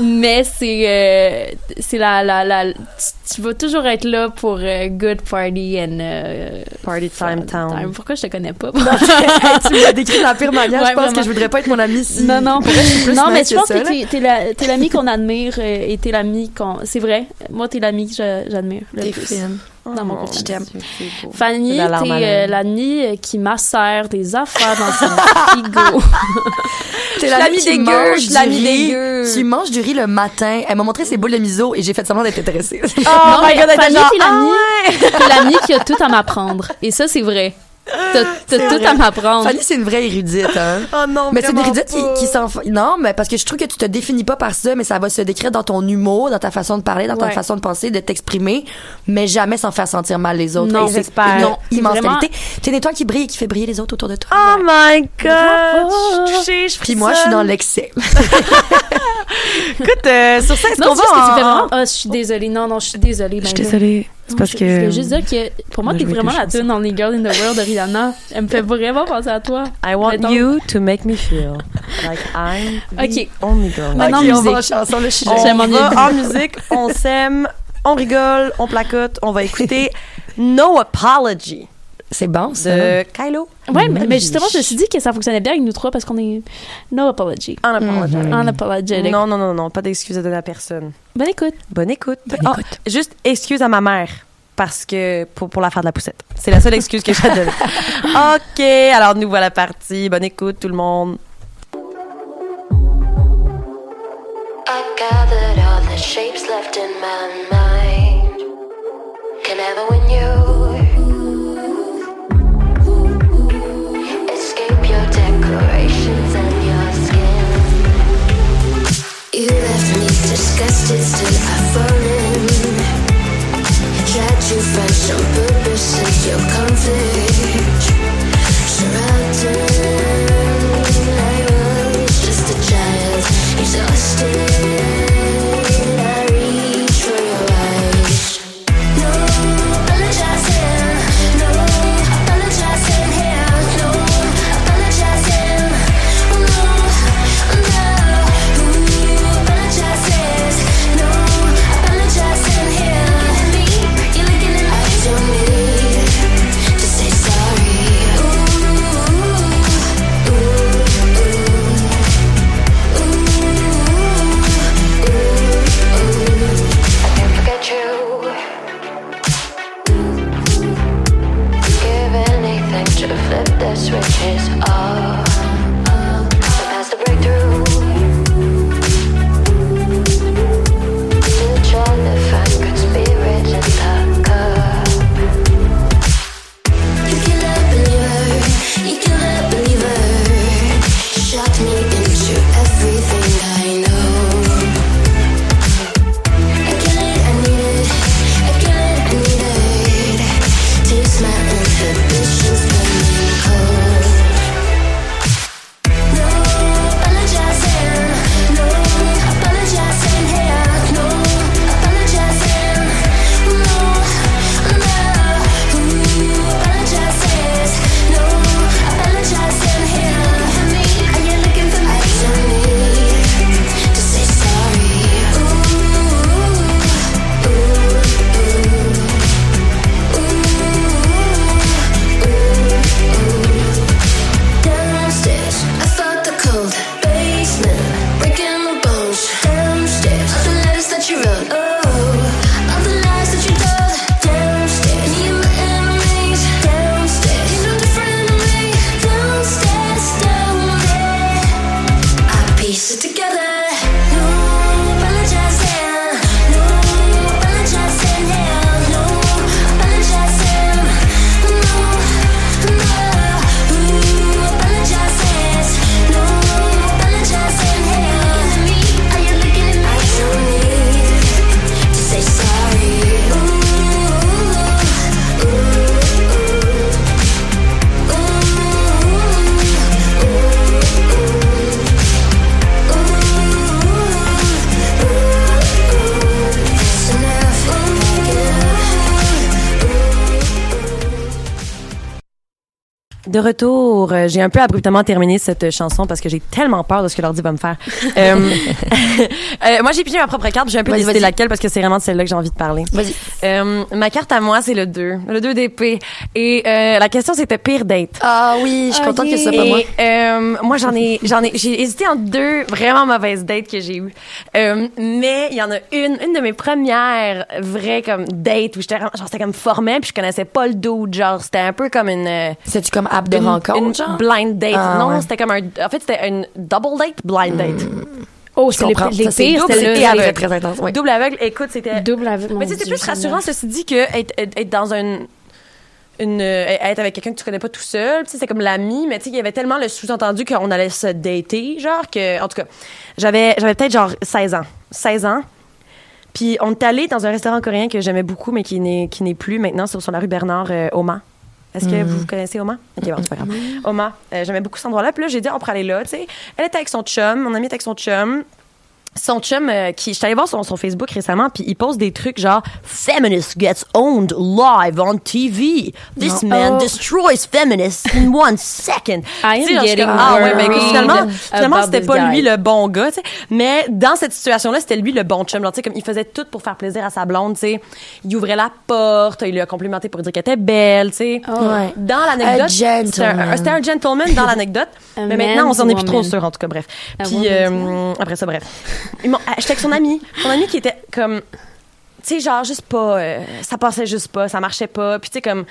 mais c'est euh, c'est la, la, la tu, tu vas toujours être là pour euh, good party and euh, Party Time Town. Pourquoi je te connais pas tu me l'as décrit de la pire manière. Ouais, je pense vraiment. que je voudrais pas être mon amie si. Non, non. <laughs> Pour vrai, je suis plus non, mais nice je pense ça, que là. t'es- t'es la- t'es l'ami qu'on admire euh, et t'es l'ami qu'on. C'est vrai. Moi, t'es l'ami que je- j'admire le T'es plus. fine. Dans mon petit quotidien. t'aime. Fanny, C'est de la larme à t'es euh, l'œil. l'ami euh, qui macère des affaires dans son frigo. T'es l'amie qui dégueu, mange je suis du l'amie riz. dégueu. Tu manges du riz le matin. Elle m'a montré ses boules de miso et j'ai fait semblant d'être intéressée. Oh Non, my mais god, elle était Fanny, genre, t'es ah l'ami ouais! <laughs> t'es l'ami qui a tout à m'apprendre. Et ça, c'est vrai. T'as t'as tout vrai. à m'apprendre. Fanny, c'est une vraie érudite, hein. Oh non, Mais c'est des vraiment ridites qui, pas. qui s'en f- Non, mais parce que je trouve que tu te définis pas par ça, mais ça va se décrire dans ton humour, dans ta façon de parler, dans ta Ouais. façon de penser, de t'exprimer, mais jamais sans faire sentir mal les autres. Non, Et c'est j'espère. une C'est immense vraiment- qualité. T'es une étoile qui brille et qui fait briller les autres autour de toi. Oh my god, Bravo. je suis touchée, je Puis moi, je suis dans frissonne. l'excès. Écoute, euh, sur ça, est-ce Non, qu'on c'est va hein? juste que tu en- fais vraiment. Ah, je suis désolée. Non, non, je suis désolée. Ben là. désolée, c'est Je- Je voulais juste dire que pour moi, on a t'es joué vraiment deux la tune dans les Girl in the World de Rihanna. Elle me fait vraiment penser à toi. I want Mettons. you to make me feel like I'm the Ok. only girl. Maintenant, Ok, on musique. va en chanson, là, je suis On J'aime mon idée. va en musique, on s'aime, on rigole, on placote, on va écouter No Apology C'est bon, ça. de Kylo. Ouais, mais, mais justement, je me suis dit que ça fonctionnait bien avec nous trois parce qu'on est no apology. Unapologetic. Unapologetic. Non, non, non, non, pas d'excuses à donner à personne. Bonne écoute. Bonne écoute. Ah, juste excuse à ma mère. Parce que pour, pour l'affaire de la poussette. C'est la seule excuse que j'ai à <laughs> donner. OK, alors nous voilà partis. Bonne écoute, tout le monde. I gathered all the shapes left in my mind. Can never win you. Escape your decorations and your skin. You left me disgusted, still I've fallen. Tried to find some purpose in your conflict. Surrounded, I was just a child, exhausted. I reach for your eyes. No apologizing, no apologizing here, no apologizing, no, no. Who apologizes? No apologizing here. Me, you're looking at me. I don't need to say sorry. Ooh. I can't forget you. Give anything to flip the switches off. So past the breakthrough. Still trying to find good spirit in the cup. You cannot believe her. You cannot believe her. Shot me into everything I know. I get it, I need it. I get it, I need it. Takes my inhibitions, but me cold. oh, De retour, Euh, j'ai un peu abruptement terminé cette euh, chanson parce que j'ai tellement peur de ce que l'ordi va me <laughs> faire. Euh, euh, moi, j'ai pigé ma propre carte, j'ai un peu Vas-y, décidé vas-y. laquelle parce que c'est vraiment de celle-là que j'ai envie de parler. Vas-y. Euh, ma carte à moi, c'est le 2, le 2 d'épée. Et euh, la question, c'était pire date. Ah oui, je suis contente que ce soit pas moi. Et, euh, moi, j'en ai, j'en ai, j'ai hésité entre deux vraiment mauvaises dates que j'ai eues. Euh, mais il y en a une, une de mes premières vraies comme dates où j'étais vraiment- genre c'était comme formel puis je connaissais pas le dude, genre c'était un peu comme une euh, C'est-tu comme app de une- rencontre, une genre? blind date. Ah, non, ouais. Hmm. c'était comme un, en fait c'était une double date, blind date. Oh, Je comprends. Ça, c'est double, celle-là. c'était Et aveugle. aveugle. très intense, oui. Double aveugle. Écoute, c'était Double aveugle, mon mais tu sais, c'est Dieu, plus rassurant, ceci dit, que être, être, être dans une. Une, euh, être avec quelqu'un que tu connais pas tout seul, tu sais, c'est comme l'ami, mais tu sais, il y avait tellement le sous-entendu qu'on allait se dater, genre que, en tout cas, j'avais, j'avais peut-être genre 16 ans, 16 ans, puis on est allé dans un restaurant coréen que j'aimais beaucoup, mais qui n'est, qui n'est plus maintenant, sur, sur la rue Bernard euh, au Mans. Est-ce que Mhm. vous connaissez Oma? Ok, bon, c'est pas grave. Oma, euh, j'aimais beaucoup cet endroit-là. Puis là, j'ai dit, on pourrait aller là, tu sais. Elle était avec son chum, mon ami était avec son chum son chum euh, qui je suis allée voir son, son Facebook récemment puis il pose des trucs genre feminist gets owned live on TV this man Oh. destroys feminists in one second I Tu am sais, genre, je suis getting comme, ah ouais ben écoute, worried finalement finalement about c'était this pas guy. lui le bon gars tu sais mais dans cette situation là c'était lui le bon chum Genre, tu sais comme il faisait tout pour faire plaisir à sa blonde tu sais il ouvrait la porte il lui a complimenté pour dire qu'elle était belle tu sais Ouais. dans l'anecdote A gentleman. c'était un- c'était un gentleman dans l'anecdote A mais maintenant on s'en est plus man's trop woman. sûr en tout cas bref A puis woman's euh, Hum, après ça, bref. Ils m'ont- ah, J'étais avec son ami. Son ami qui était comme. Tu sais, genre, juste pas. euh, ça passait juste pas, ça marchait pas. Puis, tu sais, comme.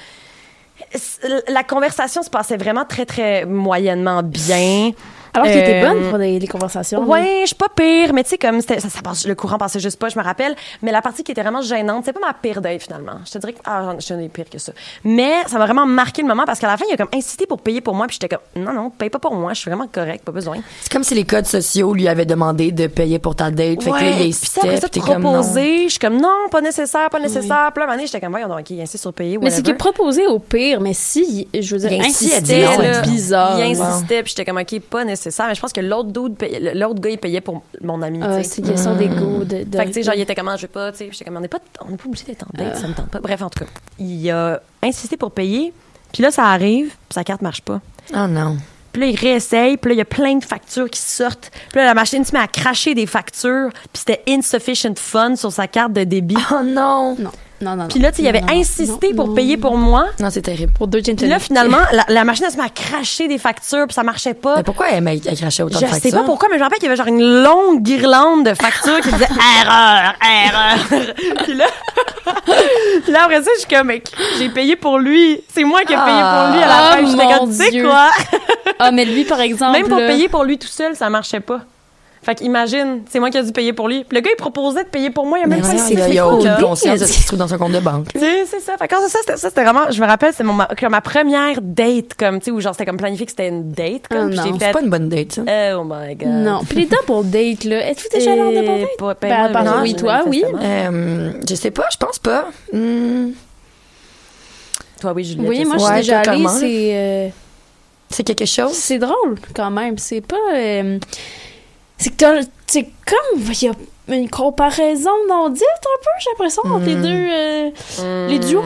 s- La conversation se passait vraiment très, très moyennement bien. Alors que t'étais Euh, bonne pour les, les conversations. Mmh. là. Ouais, je suis pas pire, mais tu sais, comme c'était- ça, ça passe- le courant passait juste pas, je me rappelle. Mais la partie qui était vraiment gênante, c'est pas ma pire date finalement. Je te dirais que ah, j'en- j'en ai pire que ça. Mais ça m'a vraiment marqué le moment parce qu'à la fin, il a comme incité pour payer pour moi, puis j'étais comme non, non, paye pas pour moi, je suis vraiment correct, pas besoin. C'est comme si les codes sociaux lui avaient demandé de payer pour ta date. Fait que là, puis il ça, après hésitait, ça, puis t'es comme non. proposer, je suis comme non, pas nécessaire, pas nécessaire. Puis là, un moment donné, j'étais comme voyons donc, il insiste sur le payer. Mais c'est qu'il proposait au pire, mais si, je veux dire, Il insiste, insistait, elle dit non, c'est elle dit non. bizarre. Il là. insistait, puis j'étais comme ok, pas nécessaire. Mais je pense que l'autre dude payait- l'autre gars, il payait pour mon ami. Ah, tu sais. Mm-hmm. c'est une question d'égo. De, de- Fait que, tu sais, genre, il était comment, je veux pas, tu sais. Puis J'étais comme, on n'est pas, on est pas obligé d'être en date, Ah. ça me tente pas. Bref, en tout cas, il a insisté pour payer. Puis là, ça arrive, puis sa carte marche pas. Ah non. Puis là, il réessaye, puis là, il y a plein de factures qui sortent. Puis là, la machine se met à cracher des factures, puis c'était insufficient fund sur sa carte de débit. Oh non. Non, non, non. Puis là, tu sais, il Ah. non, avait non, insisté non, pour non, payer non. pour moi. Non, c'est terrible. Pour deux gin Puis là, tonic. finalement, la, la machine, elle se met à cracher des factures, puis ça marchait pas. Mais pourquoi elle m'a elle crachait autant Je de factures? sais pas pourquoi, mais je me rappelle qu'il y avait genre une longue guirlande de factures qui disait erreur, erreur. <laughs> Puis là, puis là après ça, je suis comme, mec, j'ai payé pour lui. C'est moi qui ai payé pour lui à la Ah, fin. J'étais mon comme, tu sais Dieu. <laughs> quoi? <laughs> Ah, mais lui, par exemple. Même pour là, payer pour lui tout seul, ça marchait pas. Fait qu'imagine, c'est moi qui ai dû payer pour lui. Puis le gars, il proposait de payer pour moi. Il y a Mais même pas voyons, essayé. il y a Fou, aucune là. conscience de ce qui se trouve dans son compte de banque. Tu sais, c'est ça. Fait que quand ça, c'était- ça, c'était vraiment, je me rappelle, c'est mon, ma, comme ma première date, comme, tu sais, où genre, c'était comme planifié que c'était une date, Ah comme, puis non, j'ai C'est fait, pas une bonne date, ça. oh my god. Non. euh, Puis les double dates, là. Êtes-vous déjà allé en double Eh, date? pas- ben, Ben, moi, pardon, non, oui, je- toi, oui. manifestement. Euh, je sais pas, je pense pas. Hmm, Toi, oui, Juliette. Oui, aussi. moi, je suis Ouais, déjà allée. totalement, là. C'est. euh, c'est quelque Oh. chose. C'est drôle quand même. C'est pas. euh, c'est que t'as. C'est comme. Il y a une comparaison non dite un peu, j'ai l'impression, entre Hmm. les deux. euh, Les duos.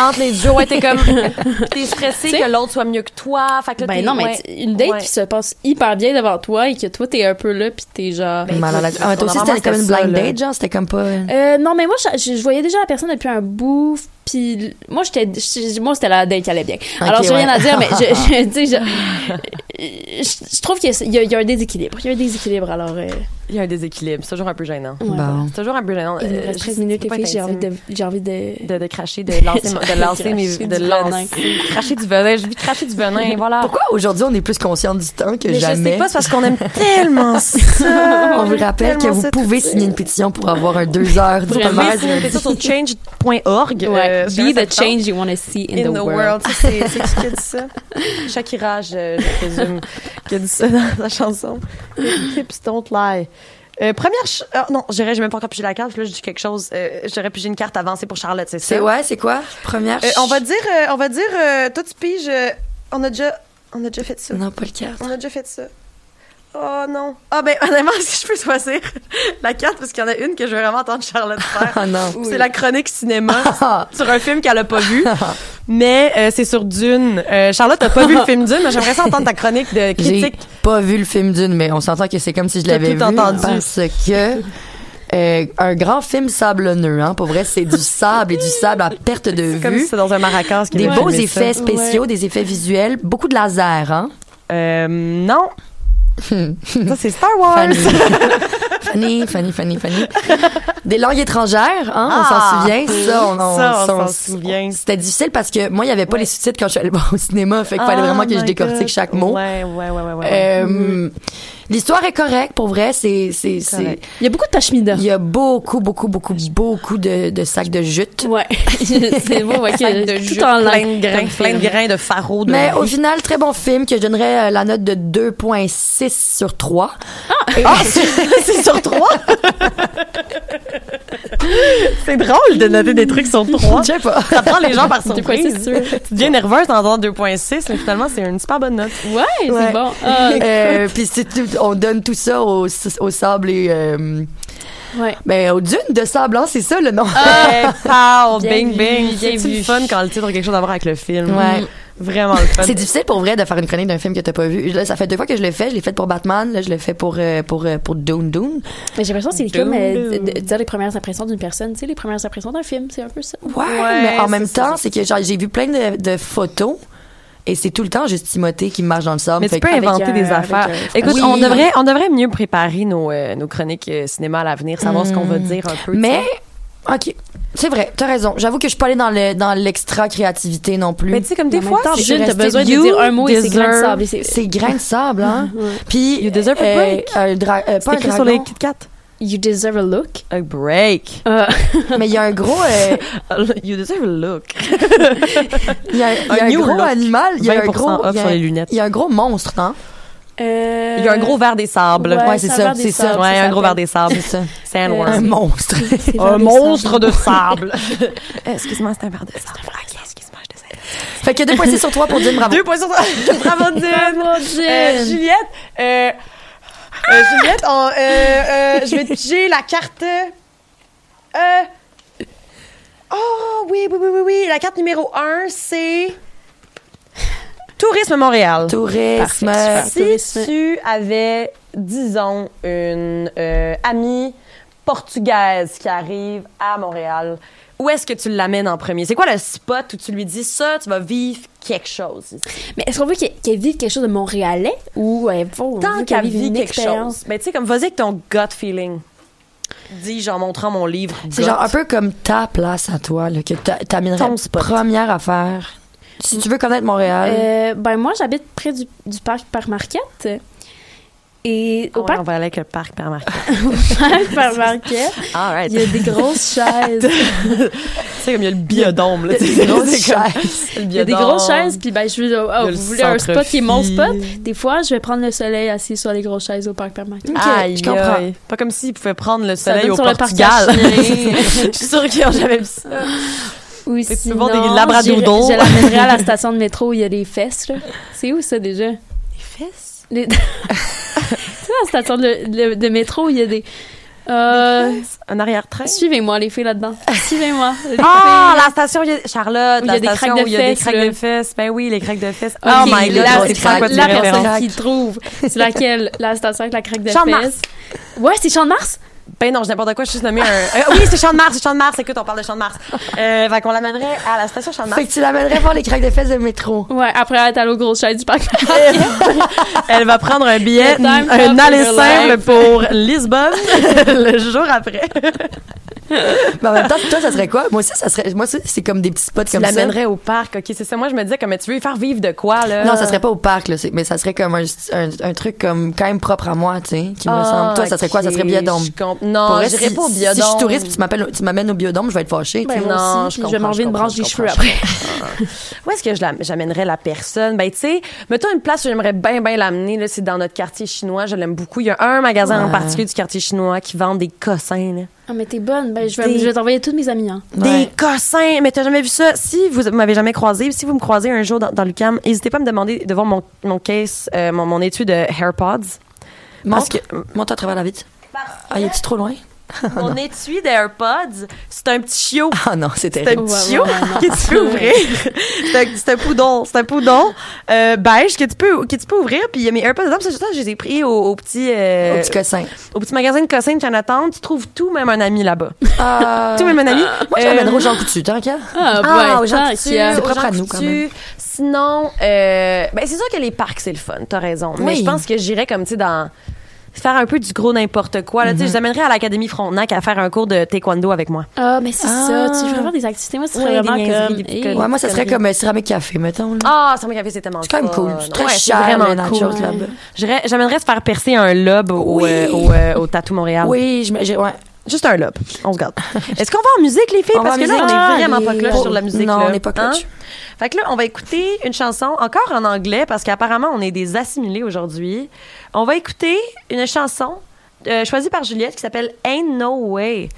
entre les duos, ouais, t'es comme. <laughs> T'es stressé T'sais? que l'autre soit mieux que toi. Fait que là, t'es- Ben non, mais ouais. t- une date Ouais. qui se passe hyper bien devant toi et que toi, t'es un peu là pis t'es genre. Ben, Mal à la- Ah, mais toi aussi, normalement, c'était comme une c'était ça, blind là. date, genre, c'était comme pas. Euh, non, mais moi, je, je- je voyais déjà la personne depuis un bout, puis l- moi, j'étais, je- moi, c'était la date qui allait bien. Alors, j'ai ouais. rien à dire, mais je, je, tu sais, je, je, je trouve qu'il y a- il y, a- il y a un déséquilibre. Il y a un déséquilibre, alors. euh, Il y a un déséquilibre. C'est toujours un peu gênant. ouais, voilà. Bon. C'est toujours un peu gênant. Il nous Euh, reste je- 13 ça minutes, peut les pas filles, être j'ai envie intime. de, j'ai envie de, De, de cracher, <laughs> de lancer, J'ai mon- envie de de lancer mes. cracher De du lancer. Cracher du venin. J'ai envie de cracher du <laughs> venin. Voilà. Pourquoi aujourd'hui on est plus conscient du temps que Mais je jamais? sais pas, c'est parce <laughs> qu'on aime tellement ça. <laughs> On vous rappelle que vous pouvez signer une pétition pour avoir un deux heures du Vous pouvez palmarès. signer une pétition sur change.org. Ouais, euh, si jamais be ça the te tente. change you want to see in, In the world. Ça, C'est c'est qui qui a dit ça? <laughs> Shakira, je, je présume, <laughs> qui a dit ça dans sa chanson. Hips don't lie. Euh, première. ch- ah, non, j'irais, j'ai même pas encore pigé la carte, puis là, j'ai dit quelque chose. Euh, j'aurais pigé une carte avancée pour Charlotte, c'est ça? C'est ouais, c'est quoi? Première. Euh, on va ch- dire, euh, on va dire, euh, toi, tu piges. euh, on, a déjà, on a déjà fait ça. Non, pas le cas. On a déjà fait ça. Oh non. Ah ben honnêtement, <laughs> est-ce que je peux choisir la carte parce qu'il y en a une que je veux vraiment entendre Charlotte <laughs> faire. Ah non. C'est la chronique cinéma <laughs> sur un film qu'elle a pas vu, mais euh, c'est sur Dune. Euh, Charlotte a pas vu le film Dune, mais j'aimerais ça entendre ta chronique de J'ai critique. pas vu le film d'une, mais on s'entend que c'est comme si je T'as l'avais tout vu. entendu. Parce que euh, un grand film sablonneux, hein. Pour vrai, c'est du sable et du sable à perte de C'est comme vue. si c'était dans un maracas. qu'il Des avait beaux filmé ça. effets spéciaux, des effets visuels, beaucoup de laser, hein. Euh, <laughs> non. ça c'est Star Wars. <laughs> Fanny. <laughs> Fanny, Fanny, Fanny, Fanny. Des langues étrangères, hein, on s'en souvient. Ça, on, on- Ah! Ça, on ça, on- s'en souvient. C'était difficile parce que moi, il n'y avait pas les sous-titres quand je suis allée <laughs> voir au cinéma. Fait qu'il fallait vraiment que je décortique chaque mot. Oh Ouais, ouais, ouais, ouais. ouais. Mm-hmm. Euh, L'histoire est correcte, pour vrai. C'est, c'est, c'est. Correct. Il y a beaucoup de Tachemida. Il y a beaucoup, beaucoup, beaucoup, beaucoup de, de sacs de jute. Ouais. c'est beau, ouais. Plein de que- jus, Tout en plein langue. de grains, plein de grains de faro. De Mais au final, très bon film que je donnerais euh, la note de 2.6 sur 3. Ah, <laughs> <laughs> c'est c'est sur trois. c'est drôle de noter des trucs sur <laughs> trois. Je sais pas. Ça prend les gens par <laughs> Des fois, surprise. c'est sûr. Tu deviens nerveuse en entendant 2.6, mais finalement, c'est une super bonne note. Ouais, Ouais. c'est bon. Ah, <laughs> Euh, puis c'est tout- on donne tout ça au, s- au sable et euh, ouais. ben aux dunes de sable hein, c'est ça le nom. Hey, pow, Bien bing, vu, bing. bien C'est vu. le fun quand le titre a quelque chose à voir avec le film. Ouais. Vraiment le fun. <laughs> C'est difficile pour vrai de faire une chronique d'un film que t'as pas vu. Là, ça fait deux fois que je le fais. Je l'ai fait pour Batman. Là, je le fais pour euh, pour euh, pour Dune Dune. Mais j'ai l'impression que c'est Doom, comme euh, doom. de- de dire les premières impressions d'une personne. Tu sais, les premières impressions d'un film, c'est un peu ça. Ouais. Ouais, mais en c'est même ça, temps, c'est que genre, j'ai vu plein de, de photos et c'est tout le temps juste Timothée qui marche dans le sable. Mais tu Fait peux que- avec inventer un- des avec affaires. un- Écoute, Oui. on, devrait, on devrait mieux préparer nos, euh, nos chroniques euh, cinéma à l'avenir, savoir ce qu'on va dire un peu. mais tu sais. ok, c'est vrai. T'as raison. J'avoue que je suis pas allée dans le dans l'extra créativité non plus. Mais tu sais, comme des Mais en fois, même temps, c'est- June, resté t'as besoin de you dire un mot et c'est grain de deserve- sable. Et c'est- c'est grain de <laughs> sable, hein? Puis. You deserve a break. un dra- euh, c'est pas un écrit sur les dragon. Kit Kat. You deserve a look. A <laughs> break. Ah. Mais il y a un gros. euh, You deserve a look. Il y a, il y a Un un new gros look. animal, il y a un 20% gros, off il y a- sur les lunettes. il y a un gros monstre, hein. Euh, Il y a un gros verre des sables. Ouais, Ouais, c'est c'est un ça, verre c'est des ça. sables, Ouais, ça un gros verre s'appelle. des sables. C'est ça. Sandworm. Un <laughs> c'est- monstre. C'est Un vers les monstre sables. <laughs> de <laughs> sable. Euh, Excuse-moi, c'est un verre de sable. Excuse-moi, je te fait que deux points six sur trois pour Jim, bravo. Deux points sur toi. <laughs> Bravo, Dune. Bravo, Euh, June. Juliette, euh, euh, Juliette, on- euh, euh, je vais te piger la carte. Euh, oh, oui, oui, oui, oui, oui. La carte numéro 1, c'est. Tourisme Montréal. Tourisme. Parfait, super. Euh, Si tu avais, disons, une euh, amie portugaise qui arrive à Montréal, où est-ce que tu l'amènes en premier? C'est quoi le spot où tu lui dis ça, tu vas vivre quelque chose? ici? Mais est-ce qu'on veut qu'elle qu'elle vive quelque chose de montréalais ou euh, faut- on Tant veut qu'elle vive vit une quelque expérience? chose. Mais tu sais, comme vas-y avec ton gut feeling. Dis, en montrant mon livre. C'est gut. genre un peu comme ta place à toi, là, que t'a- t'amènerais Ton spot. première affaire. Si tu veux connaître Montréal. Euh, ben moi, j'habite près du, du parc par Marquette. Et Ah au ouais, parc on va aller avec le parc par <laughs> marqué. par Marquette, All right. <laughs> il y a des <laughs> grosses chaises. Tu sais, comme il y a le biodôme. Là, <laughs> des grosses Il y a des grosses chaises, puis ben, je suis Il là, y oh, a le vous voulez un spot qui est mon spot? centre-fille. Des fois, je vais prendre le soleil assis sur les grosses chaises au parc permanent. Ok, Aïe, je comprends. aïe. Pas comme s'ils pouvaient prendre le Ça soleil donne au sur le parc Portugal. à chiens. <laughs> Je suis sûre qu'ils ont jamais vu ça. Ou peux sinon, voir des j'irai- labradoodles. Je <laughs> l'amènerai à la station de métro où il y a des fesses. là. C'est où ça déjà? fesses? Les... <laughs> tu sais, la station de, de- de métro où il y a des. Euh, Un arrière-train? Suivez-moi, les filles là-dedans. Suivez-moi. les Ah, <laughs> filles. la station, où il y a- Charlotte, Où il y la a des station craques où de il y a des fesses, craques là. de fesses. Ben oui, les craques de fesses. Ok, oh my god, la, je comprends à quoi tu la fais référence. personne qui trouve, c'est laquelle? La station avec la craque de Champ de fesses. Ouais, c'est Champ de Mars? Ben non, je n'importe quoi, je suis juste nommée un. Euh, oui, c'est Champ de Mars, c'est Champ de Mars. Écoute, on parle de Champ de Mars. Euh, fait qu'on l'amènerait à la station Champ de Mars. Fait que tu l'amènerais voir les craques de fesses de métro. Ouais, après être allée au gros chat du parc. Elle va prendre un billet, The time un capsule aller of simple your pour <laughs> Lisbonne le jour après. Mais en même temps, toi, ça serait quoi? Moi aussi, ça serait. Moi aussi, c'est comme des petits spots Tu comme ça. l'amènerais euh, au parc, ok, c'est ça. Moi, je me disais, comme, mais tu veux y faire vivre de quoi, là? Non, ça serait pas au parc, là, c'est- mais ça serait comme un, un, un truc comme quand même propre à moi, tu sais, qui me Ah, semble. Toi, ça serait quoi? Ça serait ok, biodôme. je comp- Non, Pour vrai, j'irais si- pas au biodôme. Si je suis touriste puis tu m'appelles- tu m'amènes au biodôme, je vais être fâchée. tu sais. Ben, moi Non, aussi, je puis je vais comprends, m'enlever je une branche des comprends, cheveux je après. Où est-ce que je la- j'amènerais la personne? Ben, tu sais, mettons une place où j'aimerais bien, bien l'amener, là, c'est dans notre quartier chinois. Je l'aime beaucoup. Il y a un magasin en Ouais. particulier du quartier chinois qui vend des cossins, là. Ah, mais t'es bonne. Ben, je vais, Des- je vais t'envoyer tous mes amis. Hein. Des cossins! Mais t'as jamais vu ça? Si vous m'avez jamais croisé, si vous me croisez un jour dans, dans le cam, n'hésitez pas à me demander de voir mon, mon case, euh, mon, mon étui de AirPods. Monte, Parce monte à travers la vitre. Ah, y est-tu trop loin? <laughs> Mon étui d'AirPods, c'est un petit chiot. Ah non, c'était. C'est un Ouais, petit ouais, chiot <laughs> ouais, non. que tu peux Ouais. ouvrir. C'est un- c'est un poudon, c'est un poudon euh, beige que tu peux que tu peux ouvrir. Puis il y a mes AirPods dedans. puis Ça, ça, je les ai pris au, au petit euh, Au petit <laughs> cossin. au petit magasin de Cossin de Chinatown. Tu trouves tout, même un ami là-bas. Ah. Tout, même un ami. Moi, je Euh, l'amènerai aux gens coutus, tant qu'à. Ah, Ah, ouais, aux gens tant coutus, qu'il y a- oh, C'est propre aux gens à nous, quand coutus. même. Sinon, euh, ben, c'est sûr que les parcs, c'est le fun, t'as raison. Mais Oui. je pense que j'irais comme, tu sais, dans faire un peu du gros n'importe quoi. Là, tu sais, Je les amènerais à l'Académie Frontenac à faire un cours de taekwondo avec moi. Ah, mais c'est Ah. ça. Tu veux faire des activités. Moi, c'est Ouais, vraiment des niaiseries, comme. des petites hey. Ouais, moi, ça serait comme euh, céramique café, mettons. là. Ah, ça me café, c'est tellement C'est quand même fun. cool. C'est très Ouais, cher, vraiment les nachos cool. là-bas. J'irais- J'amènerais se faire percer un lobe au, Oui. euh, au, euh, au Tattoo Montréal. Oui, je me- j'ai- ouais. Juste un lobe. On se garde. <laughs> Est-ce qu'on va en musique, les filles? On Parce va que en là, on musique. est vraiment Ah, pas les- cloche sur la musique. Non, là. Hein? on n'est pas cloche. Fait que là, on va écouter une chanson, encore en anglais, parce qu'apparemment, on est des assimilés aujourd'hui. On va écouter une chanson euh, choisie par Juliette qui s'appelle Ain't No Way.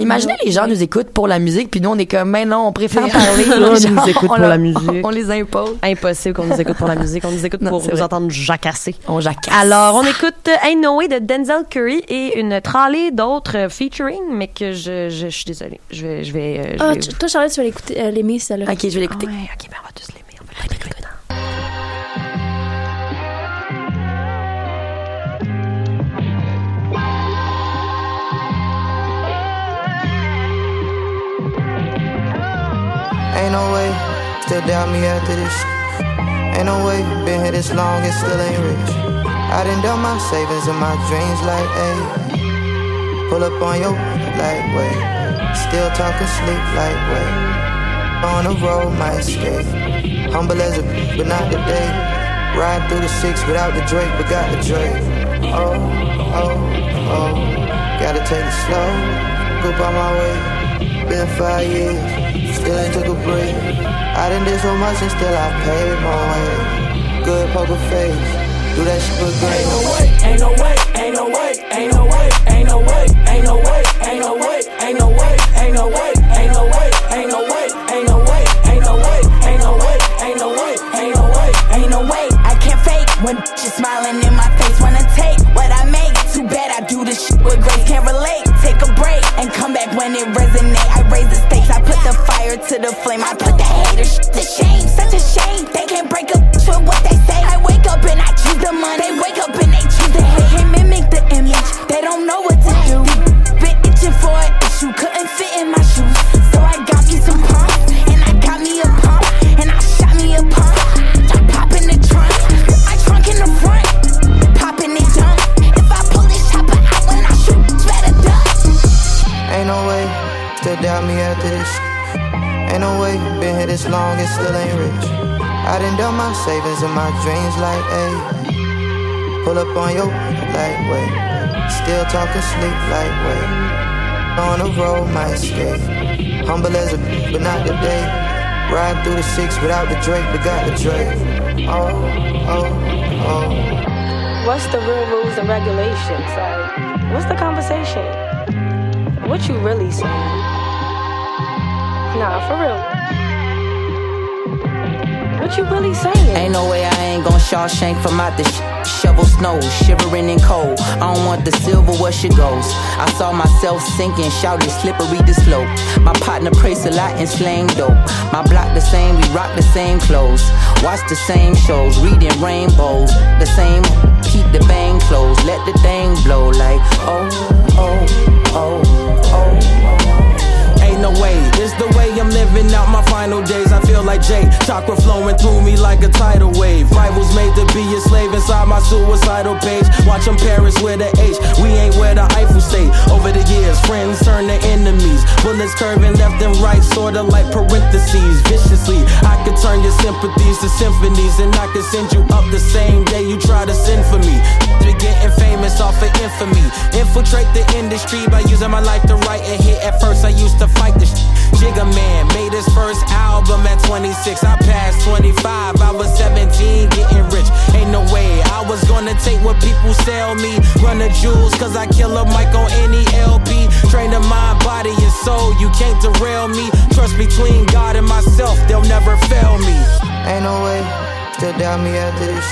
Imaginez Mmh. les gens nous écoutent pour la musique, puis nous on est comme, mais non, on préfère parler. gens nous <laughs> aux gens. écoutent On pour leur- la musique. On les impose. Impossible qu'on nous écoute pour la musique. On nous écoute Non, pour c'est nous vrai. entendre jacasser. On jacasse. Alors, on écoute euh, Ain't No Way de Denzel Curry et une tralée d'autres euh, featuring, mais que je, je, je suis désolée. Je vais. Je vais, euh, je Ah, vais- tu- toi, Charlotte, tu vas l'écouter, euh, l'aimer, celle-là. Ok, je vais l'écouter. Ouais, ok, ben on va tous l'aimer. On va l'aimer maintenant. Ain't no way, still doubt me after this. Ain't no way, been here this long and still ain't rich. I done done my savings and my dreams like, hey. Pull up on your like, wait. Still talking sleep like, wait. On the road, my escape. Humble as a b- but not today. Ride through the six without the Drake, but got the Drake. Oh, oh, oh. Gotta take it slow. Go by my way. Been five years, still ain't took a break. I done did so much and still I paid my way. Good poker face. Do that shit for great. Ain't no way, I can't fake. When bitches smiling in my face, wanna take what I make. Too bad I do this shit with grace, can't relate. Take a break and come back when it resonate. I raise the stakes, I put the fire to the flame. I put the hater shit to shame. Such a shame, they can't break up bitch with what they say. I wake up and I choose the money. They wake up and they choose the hate. Can't mimic the image, they don't know what to do. Been itching for an issue, couldn't fit in my shoes. So I got me some pumps, and I got me a pump, and I shot me a pump. I pop in the trunk, I trunk in the front, popping it jump. If I pull this chopper out when I shoot, it's better duck. Ain't no way, still doubt me after this. Ain't no way, been here this long and still ain't rich. I done done my savings and my dreams like, hey. Pull up on your like, wait. Still talking sleep like, wait. On the road, my escape. Humble as a b- but not today. Ride through the six without the Drake, but got the Drake. Oh, oh, oh. what's the real rules and regulations? Like, what's the conversation? What you really saying? Nah, for real. What you really saying? Ain't no way I ain't gon' Shawshank from out the sh- shovel snow, shivering and cold. I don't want the silver where she goes. I saw myself sinking, shouted slippery the slope. My partner prays a lot and slang dope. My block the same, we rock the same clothes. Watch the same shows, reading rainbows. The same, keep the bang closed. Let the thing blow like, oh, oh, oh, oh, oh. Ain't no way, it's the way I'm living out my final days. I feel like Jay, chakra flowing through me like a tidal wave. Rivals made to be a slave inside my suicidal page. Watch them Paris with the H, we ain't where the Eiffel stay. Over the years, friends turn to enemies. Bullets curving left and right, sorta like parentheses. Viciously, I could turn your sympathies to symphonies, and I could send you up the same day you try to send for me. Be getting famous off of infamy. Infiltrate the industry by using my life to write a hit. At first, I used to fight the sh- Jigga Man. Made his first album at 26. I passed 25. I was 17, getting rich. Ain't no way I was gonna take what people sell me. Run the jewels, cause I kill a mic on any LP. Train the mind, body, and soul. You can't derail me. Trust between God and myself, they'll never fail me. Ain't no way, still doubt me after this.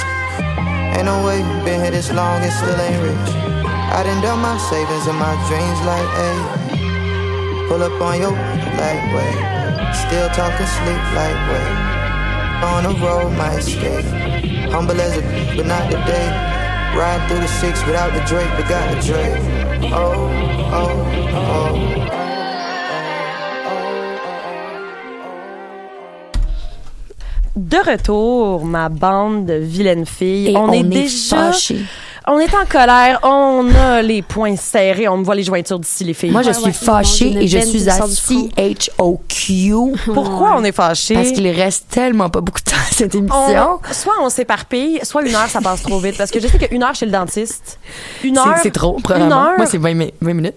Ain't no way, been here this long and still ain't rich. I done done my savings and my dreams like, ayy. Pull up on your like, way. Still talking sleep like, way. On the road, my escape. Humble as a b- but not today. Ride through the six without the Drake, but got the Drake. Oh, oh, oh. De retour, ma bande de vilaines filles. Et on est déjà. fâchés. On est en colère, on a les poings serrés, on me voit les jointures d'ici, les filles. Moi, je suis fâchée et je suis à assis. <laughs> CHOQ. Pourquoi on est fâché? Parce qu'il reste tellement pas beaucoup de temps à cette émission. On- soit on s'éparpille, soit une heure, ça passe trop vite. Parce que je sais qu'une heure chez le dentiste, une C'est- heure. C'est trop, Une probablement. heure. Ben, Moi, c'est 20, mi- 20 minutes.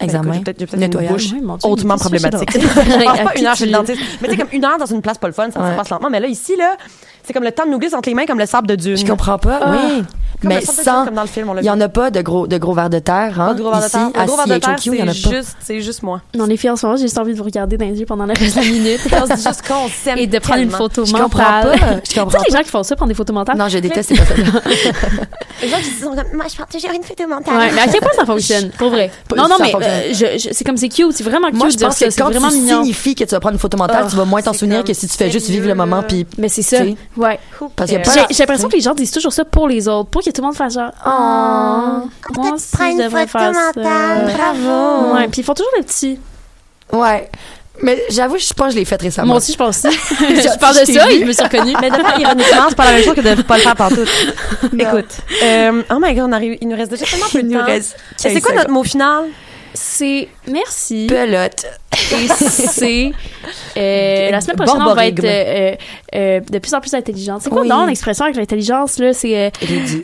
Écoute, Examen. j'ai peut-être j'ai peut-être une nettoyage. bouche Oui, mon Dieu, hautement mais qu'est-ce que problématique. <laughs> c'est drôle? Je pense À pas qui une heure chez tu le le- dentiste. Mais tu sais, comme une heure dans une place pas le fun, ça se Ouais. passe lentement. Mais là, ici, là, c'est comme le temps de nous glisser entre les mains, comme le sable de Dune. Je comprends pas, Ah. oui. Comme Mais le sable de sans. Dune, comme dans le film, on l'a Il y en vu. a pas de gros, de gros verres de terre, hein? Pas de gros verre de Ici, terre. Le gros verre de à terre, CHOQ, il y en a c'est pas. juste, c'est juste moi. On est fiers en ce moment, j'ai juste envie de vous regarder dans les yeux <laughs> pendant le reste de la <laughs> minute. On se dit juste <laughs> qu'on s'aime et de prendre une tellement. photo Je mentale. comprends pas. Je tu comprends sais, les gens qui font ça, prendre des photos mentales. Non, je déteste ces personnes. Les gens qui se sont comme, moi, je pense que j'ai une photo mentale. Ouais, mais <laughs> à quel point ça <laughs> fonctionne, pour vrai? Pas- Non, non, ça mais fonctionne. euh, je- je- c'est comme c'est cute, c'est vraiment cute Moi, de je dire pense ça, que c'est quand vraiment tu mignon. signifies que tu vas prendre une photo mentale, Ah, tu vas moins t'en c'est souvenir comme que si tu fais juste vivre le sérieux, moment là. puis Mais c'est ça, Tu sais. ouais. Parce qu'il y a Euh, pas J'ai la- j'ai l'impression que les gens disent toujours ça pour les autres, pour que tout le monde fasse genre « Oh, Peut-être moi aussi, prends une je devrais photo faire ça. mentale. Bravo! Ouais, puis ils font toujours le petit. Ouais. Mais j'avoue, je pense que je l'ai faite récemment. Moi aussi, je pense <laughs> ça. je parle de t'ai ça vu. et je me suis <laughs> reconnue. Mais d'abord, ironiquement, c'est pas la même chose que de pas le <laughs> faire partout. Écoute, euh, oh my god, on arrive, il nous reste déjà tellement peu Il de nous temps. Et reste c'est 15 quoi notre mot final? C'est merci. pelote. Et <laughs> c'est. euh, la semaine prochaine, on va être Borborigme. euh, euh, euh, de plus en plus intelligente. C'est quoi Oui. dans l'expression avec l'intelligence, là? C'est. euh,